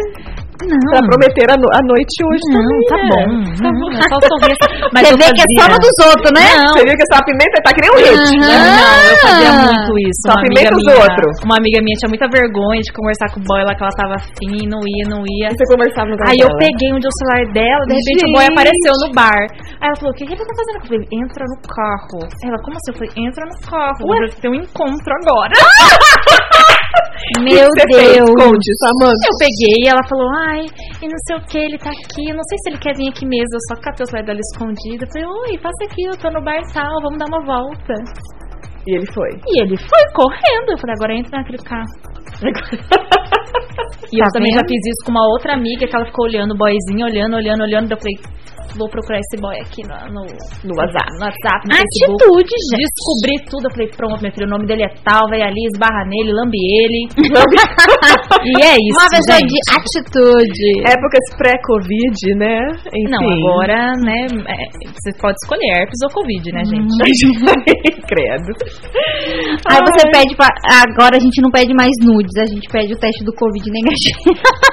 E: Não,
C: Pra prometer a, no- a noite hoje também.
D: Tá
C: né?
D: bom. Hum, eu só sorri. Mas
E: você
D: eu
E: vê que é
D: fazia-
E: só uma dos outros, né?
D: Não.
C: Você viu que essa pimenta tá que nem um hit, né?
E: Aham.
D: Não, eu fazia muito isso.
C: Só
D: uma amiga
C: pimenta do
D: minha,
C: outro.
D: Uma amiga minha tinha muita vergonha de conversar com o boy lá que ela tava afim, não ia, não ia.
C: E Você conversava no
D: Aí eu
C: dela.
D: peguei um dia o celular dela, de repente o boy apareceu no bar. Aí ela falou: O que, que ele tá fazendo? Eu falei: Entra no carro. Ela, como assim? Eu falei: Entra no carro. Vamos ter um encontro
E: [LAUGHS]
D: agora.
E: Meu
C: Você fez,
E: Deus.
C: conte, Samanta.
D: Eu peguei e ela falou: Ai, e não sei o que, ele tá aqui. Eu não sei se ele quer vir aqui mesmo. Eu só catei o celular dela escondido. Eu falei: Oi, passa aqui, eu tô no bar e tal, vamos dar uma volta.
C: E ele foi.
D: E ele foi correndo. Eu falei, agora entra naquele
E: [LAUGHS]
D: carro. e eu
E: Tá
D: também já
E: vendo?
D: fiz isso com uma outra amiga que ela ficou olhando o boyzinho, olhando, olhando, olhando. Eu falei, vou procurar esse boy aqui no, no,
C: No WhatsApp.
D: no WhatsApp. No Facebook.
E: Atitude, gente.
D: Descobri tudo. Eu falei, pronto, meu filho, o nome dele é tal, vai ali, esbarra nele, lambe [LAUGHS] ele. e é isso.
E: Uma pessoa
D: gente.
E: de atitude.
C: Épocas pré-Covid, né? Enfim. [LAUGHS]
D: Não, agora, né? é, Você pode escolher herpes ou Covid, né, gente?
C: Credo.
E: Aí você pede pra. Agora a gente não pede mais nudes, a gente pede o teste do Covid negativo. [LAUGHS]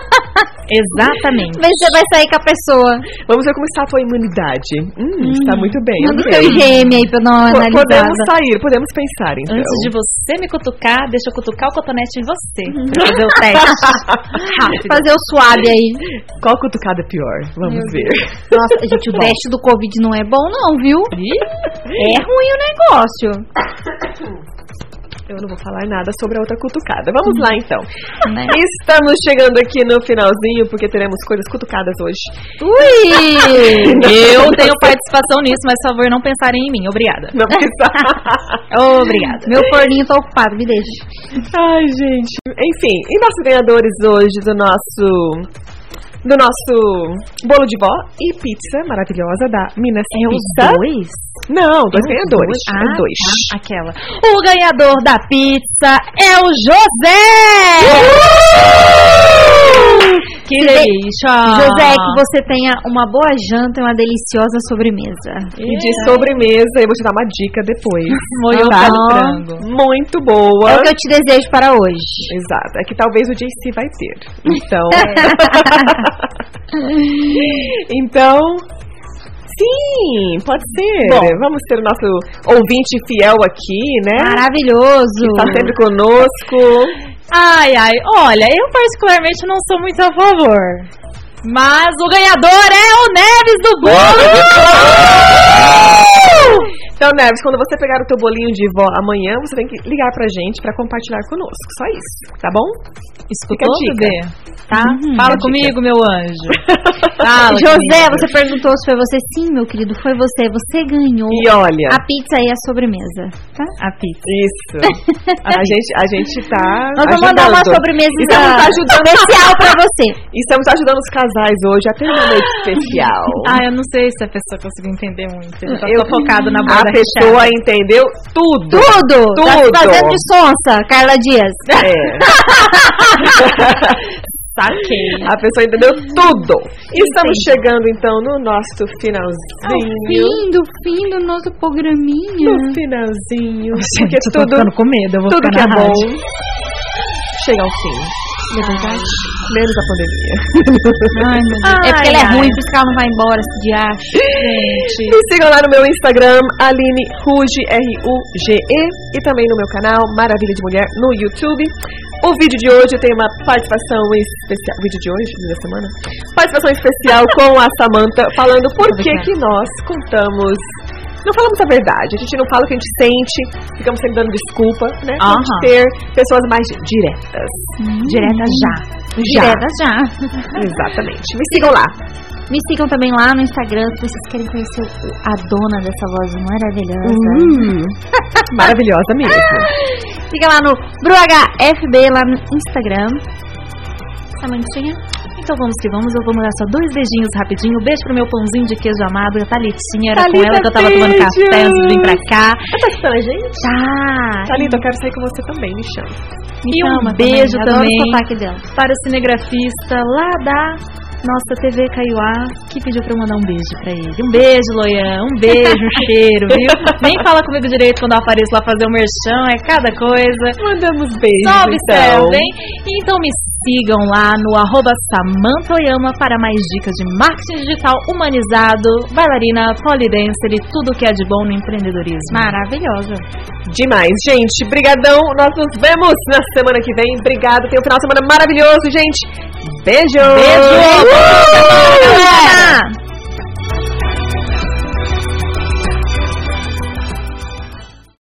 D: Exatamente.
E: Vê se você vai sair com a pessoa.
C: Vamos ver como está a tua imunidade. Hum, está muito bem.
E: Manda o
C: ok.
E: seu IgM aí pra eu dar uma
C: Po-
E: analisada.
C: Podemos sair, podemos pensar, então.
D: Antes
C: [LAUGHS]
D: de você me cutucar, deixa eu cutucar o cotonete em você. Pra fazer o
E: [LAUGHS]
D: teste. Rápido.
E: Uhum. Fazer o swab aí.
C: Qual cutucada é pior? Vamos ver.
D: [LAUGHS]
E: Nossa, gente, o teste do Covid não é bom, não, viu? É ruim o negócio.
C: [LAUGHS] Eu não vou falar nada sobre a outra cutucada. Vamos lá, então.
D: [LAUGHS]
E: Né?
C: Estamos chegando aqui no finalzinho, porque teremos coisas cutucadas hoje.
E: Ui!
D: Eu tenho participação nisso, mas por favor, não pensarem em mim. Obrigada. [LAUGHS]
C: Não precisa.
D: Obrigada.
E: Meu forninho tá ocupado, me deixa.
C: Ai, gente. Enfim, e nossos ganhadores hoje do nosso. Do nosso bolo de vó e pizza maravilhosa da Minas
D: É os
C: Pizza.
D: dois?
C: Não, dois ganhadores.
D: Ah,
C: os dois.
D: tá, aquela. O ganhador da pizza é o José! Que delícia!
E: Uh! José, é que você tenha uma boa janta e uma deliciosa sobremesa.
C: E de sobremesa, eu vou te dar uma dica depois.
D: É. [LAUGHS] Molhou
C: Tá?
D: pelo frango.
C: Muito
E: É
C: boa.
E: o que eu te desejo para hoje.
C: Exato. É que talvez o JC vai
D: [LAUGHS]
C: ter. Então. então. Sim, pode ser. Vamos ter o nosso ouvinte fiel aqui, né?
E: Maravilhoso.
C: Tá sempre conosco.
D: Ai, ai, olha, eu particularmente não sou muito a favor. Mas o ganhador é o Neves do Bolo!
C: Então, Neves, quando você pegar o teu bolinho de vó amanhã, você tem que ligar pra gente pra compartilhar conosco. Só isso, tá bom? Fica
D: Escutou,
C: a dica.
D: bebê? Tá? Fala comigo, meu
C: [LAUGHS]
D: anjo. Fala
E: Uhum. José,
D: comigo.
E: você perguntou se foi você. Sim, meu querido, foi você. Você ganhou
C: E olha,
E: a pizza e a sobremesa, tá?
D: A pizza.
C: isso. A gente, a gente
D: [LAUGHS]
C: tá.
E: Nós vamos mandar uma
C: ajudando.
E: sobremesa
C: Estamos Então, tá ajudando,
E: especial pra você.
C: estamos ajudando os casais
D: [LAUGHS]
C: hoje até uma noite especial.
D: Ah, eu não sei se a pessoa conseguiu entender muito. Eu só
C: Eu-
D: tô focado na
C: A
D: bola da
C: pessoa entendeu [LAUGHS] tudo.
E: Tudo!
C: Tudo.
E: Tá se fazendo de sonsa, Carla Dias.
D: [LAUGHS]
C: É.
D: Tá
C: Saquei. A pessoa entendeu tudo. Estamos chegando então no nosso
E: Ao
C: finalzinho.
E: fim do fim do nosso programinha.
C: No finalzinho.
D: Gente,
C: Porque
D: eu tô
C: tudo,
D: ficando com medo, eu vou
C: tudo que é
D: ficar na
C: bom
D: rádio.
C: chega ao fim.
E: É verdade?
C: Menos a pandemia.
E: Ai, meu Deus. é porque
D: Ai,
E: ela é
D: ai.
E: ruim, por isso que ela não vai embora, se diacho. Gente.
C: Me sigam lá no meu Instagram, Aline Ruge, R-U-G-E, e também no meu canal Maravilha de Mulher no YouTube. O vídeo de hoje tem uma participação especial. Vídeo de hoje, da semana? Participação especial com a Samanta, falando por que, que nós contamos. Não falamos a verdade, a gente não fala o que a gente sente, ficamos sempre dando desculpa, né? Vamos
D: Aham.
C: ter pessoas mais diretas.
D: Direta já.
E: Direta já.
C: Exatamente. Me sigam lá.
E: Me sigam também lá no Instagram se vocês querem conhecer o- a dona dessa voz maravilhosa.
C: Uhum. [LAUGHS] Maravilhosa mesmo.
E: Siga lá no BruHFB, lá no Instagram. Samantinha.
D: Então vamos que vamos, eu vou mandar só dois beijinhos rapidinho. Beijo pro meu pãozinho de queijo amado, a Thalitinha, era com
C: Thalita,
D: ela que eu tava tomando café antes de vir pra cá.
C: Tá participando, gente?
D: Tá.
C: Thalita, eu quero sair com você também, me chama.
D: E um beijo também.
E: Adoro o sotaque dela.
D: para o cinegrafista lá da nossa TV Caiuá, que pediu pra eu mandar um beijo pra ele. Um beijo, Loian. Um beijo, um cheiro, [LAUGHS] viu? Nem fala comigo direito quando eu apareço lá fazer o merchan, é cada coisa.
C: Mandamos beijos. então.
D: Só observem. Então me sigam lá no arroba Samantoyama para mais dicas de marketing digital humanizado, bailarina, polidancer e tudo que é de bom no empreendedorismo.
E: Maravilhosa.
C: Demais, gente. Brigadão. Nós nos vemos na semana que vem. Obrigado. Tenha um final de semana maravilhoso, gente. Beijo.
D: Beijo.
C: Uhul.
D: Galera!